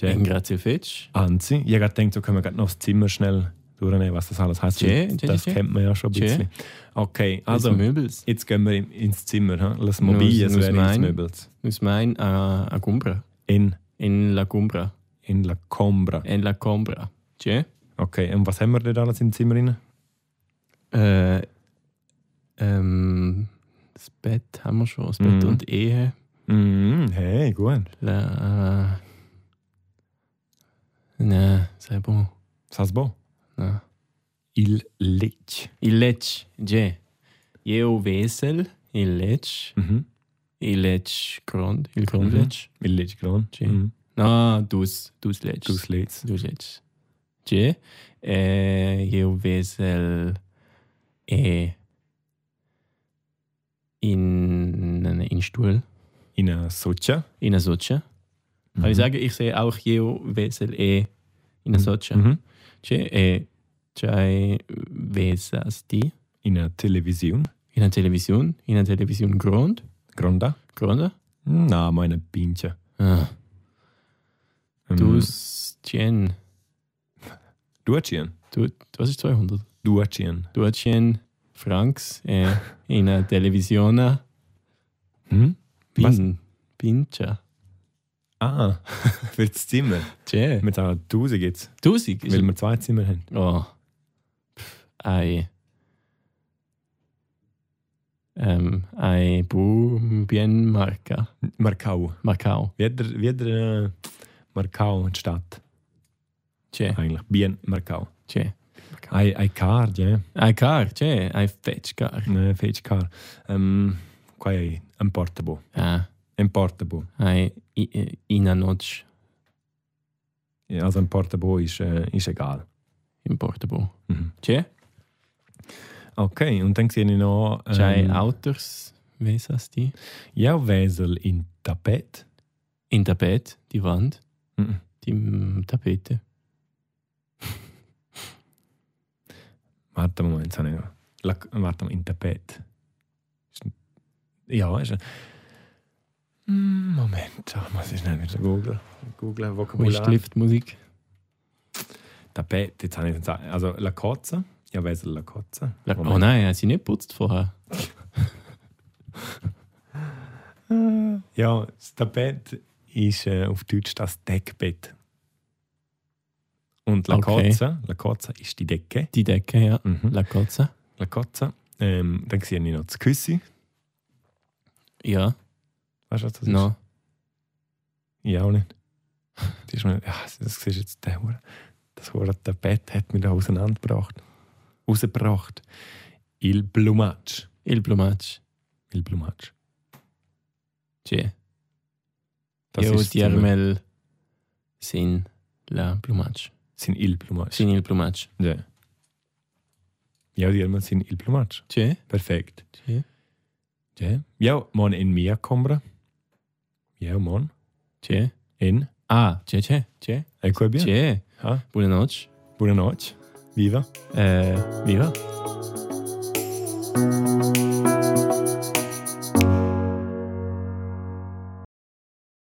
[SPEAKER 1] Ja.
[SPEAKER 2] En grazie fetch.
[SPEAKER 1] Anzi, ich habe gerade gedacht, so können wir gerade noch das Zimmer schnell durchnehmen, was das alles heißt.
[SPEAKER 2] Tje, tje,
[SPEAKER 1] das
[SPEAKER 2] tje, tje.
[SPEAKER 1] kennt man ja schon ein
[SPEAKER 2] Tje.
[SPEAKER 1] bisschen. Okay,
[SPEAKER 2] Also
[SPEAKER 1] also
[SPEAKER 2] Möbels.
[SPEAKER 1] jetzt gehen wir in- ins Zimmer. Hm? Das
[SPEAKER 2] Nus-
[SPEAKER 1] Mobil, das
[SPEAKER 2] nus
[SPEAKER 1] wäre ins
[SPEAKER 2] mein.
[SPEAKER 1] Möbel.
[SPEAKER 2] Nus mein a, a cumbra.
[SPEAKER 1] In,
[SPEAKER 2] En la cumbra.
[SPEAKER 1] in La Combra.
[SPEAKER 2] En la cumbra. Che?
[SPEAKER 1] Okay, und was haben wir denn alles im Zimmer drin?
[SPEAKER 2] Äh, ähm, Das Bett haben wir schon. Das Bett
[SPEAKER 1] Mhm.
[SPEAKER 2] und Ehe.
[SPEAKER 1] Mhm, hey, gut.
[SPEAKER 2] La, äh, ne, c'est bon.
[SPEAKER 1] Das bon.
[SPEAKER 2] Ne.
[SPEAKER 1] Il lich.
[SPEAKER 2] Il est, je. Jeo Wesel, il est,
[SPEAKER 1] Mhm.
[SPEAKER 2] il est Grund, il Grund
[SPEAKER 1] Mhm.
[SPEAKER 2] est.
[SPEAKER 1] Il lich gran.
[SPEAKER 2] Tschä.
[SPEAKER 1] Mhm.
[SPEAKER 2] Na, dus, dus
[SPEAKER 1] Du
[SPEAKER 2] lädst.
[SPEAKER 1] slits.
[SPEAKER 2] Dus lädst. Je, äh, jeo Wesel, äh, in, in Stuhl,
[SPEAKER 1] In a Socha.
[SPEAKER 2] in a Socha. Kann ich sagen, ich sehe auch jeo Wesel, äh, in a Socha.
[SPEAKER 1] Mhm. Mhm.
[SPEAKER 2] C'è, e c'hai vesasti
[SPEAKER 1] In a Television.
[SPEAKER 2] in der Television, in der Television Grund,
[SPEAKER 1] Gronda.
[SPEAKER 2] Grund,
[SPEAKER 1] Na, meine Pinche.
[SPEAKER 2] ah,
[SPEAKER 1] Ähm,
[SPEAKER 2] du Chen,
[SPEAKER 1] Duatschien.
[SPEAKER 2] du, was ist 200?
[SPEAKER 1] Duatschien.
[SPEAKER 2] Du Chen Franks äh, in der Television
[SPEAKER 1] Hm? Was?
[SPEAKER 2] Pin, Pincha.
[SPEAKER 1] Ah, [LAUGHS] fürs Zimmer.
[SPEAKER 2] C'è,
[SPEAKER 1] Mit einer Dose geht's.
[SPEAKER 2] Dusig
[SPEAKER 1] Weil
[SPEAKER 2] ist
[SPEAKER 1] wir zwei Zimmer haben.
[SPEAKER 2] oh. Pff, Ei. Ähm, ei Bu Bien Marca,
[SPEAKER 1] Markau.
[SPEAKER 2] Macau.
[SPEAKER 1] Wieder, wieder äh, Markau, die Stadt.
[SPEAKER 2] C'è,
[SPEAKER 1] Eigentlich. Bien Markau.
[SPEAKER 2] c'è.
[SPEAKER 1] Ei, ei Card, ja.
[SPEAKER 2] Ei car, c'è, ei fetch car.
[SPEAKER 1] Ne, fetch Car. Ähm, qua ei, un portable.
[SPEAKER 2] Ah.
[SPEAKER 1] Un portable.
[SPEAKER 2] Nein, i- e, i- in einer Notch
[SPEAKER 1] Ja, Also ein portable ist, äh, ist egal.
[SPEAKER 2] im Portable.
[SPEAKER 1] Mhm.
[SPEAKER 2] Tja,
[SPEAKER 1] Okay, und dann sehe ich noch... ähm,
[SPEAKER 2] zwei Autos, weißt du die?
[SPEAKER 1] Ja, Wesel in Tapet.
[SPEAKER 2] In Tapet, die Wand,
[SPEAKER 1] Mhm.
[SPEAKER 2] die mm, Tapete.
[SPEAKER 1] Warte einen Moment, habe ich noch. La, warte mal, in Tapet. Ist, ja, ist... Hm, Moment, da muss ich schnell wieder googeln. Googeln,
[SPEAKER 2] Wo ist
[SPEAKER 1] Vokabular.
[SPEAKER 2] die Liftmusik?
[SPEAKER 1] Tapet, jetzt habe ich den Sa- Also La Cozza. Ja, Wesel La Cozza.
[SPEAKER 2] La- Oh
[SPEAKER 1] Moment.
[SPEAKER 2] nein, er hat sie nicht putzt vorher.
[SPEAKER 1] Ja, das Tapet ist äh, auf Deutsch das Deckbett. Und La
[SPEAKER 2] Okay.
[SPEAKER 1] Cozza, La Cozza ist die Decke.
[SPEAKER 2] Die Decke, ja.
[SPEAKER 1] Mhm.
[SPEAKER 2] La Cozza.
[SPEAKER 1] La Cozza. Ähm, dann sehe ich noch das Küssi.
[SPEAKER 2] Ja,
[SPEAKER 1] Weißt du, was das ist?
[SPEAKER 2] no.
[SPEAKER 1] Ja, auch nicht. [LAUGHS] Das, ist mir, ja, das siehst du jetzt der Hure. Das Hure Tapet hat mich da auseinandergebracht. Rausgebracht. Il Blumatsch.
[SPEAKER 2] Il Plumage.
[SPEAKER 1] Il Blumatsch.
[SPEAKER 2] Tja, Io
[SPEAKER 1] das Zimmer.
[SPEAKER 2] Tiermel sin la Plumage.
[SPEAKER 1] Sind Il Blumatsch.
[SPEAKER 2] Sin il Plumage.
[SPEAKER 1] Ja. Ja, die Irmel sind Il Blumatsch.
[SPEAKER 2] Tja,
[SPEAKER 1] Perfekt.
[SPEAKER 2] tja,
[SPEAKER 1] Ja. Ja, man in mir kommen. Ja, man.
[SPEAKER 2] tja.
[SPEAKER 1] In.
[SPEAKER 2] Ah, tja, tja, tja.
[SPEAKER 1] Ecco bien.
[SPEAKER 2] Tja,
[SPEAKER 1] Ah.
[SPEAKER 2] buona notte. 呃
[SPEAKER 1] Buonanotte. Viva.
[SPEAKER 2] Äh, viva.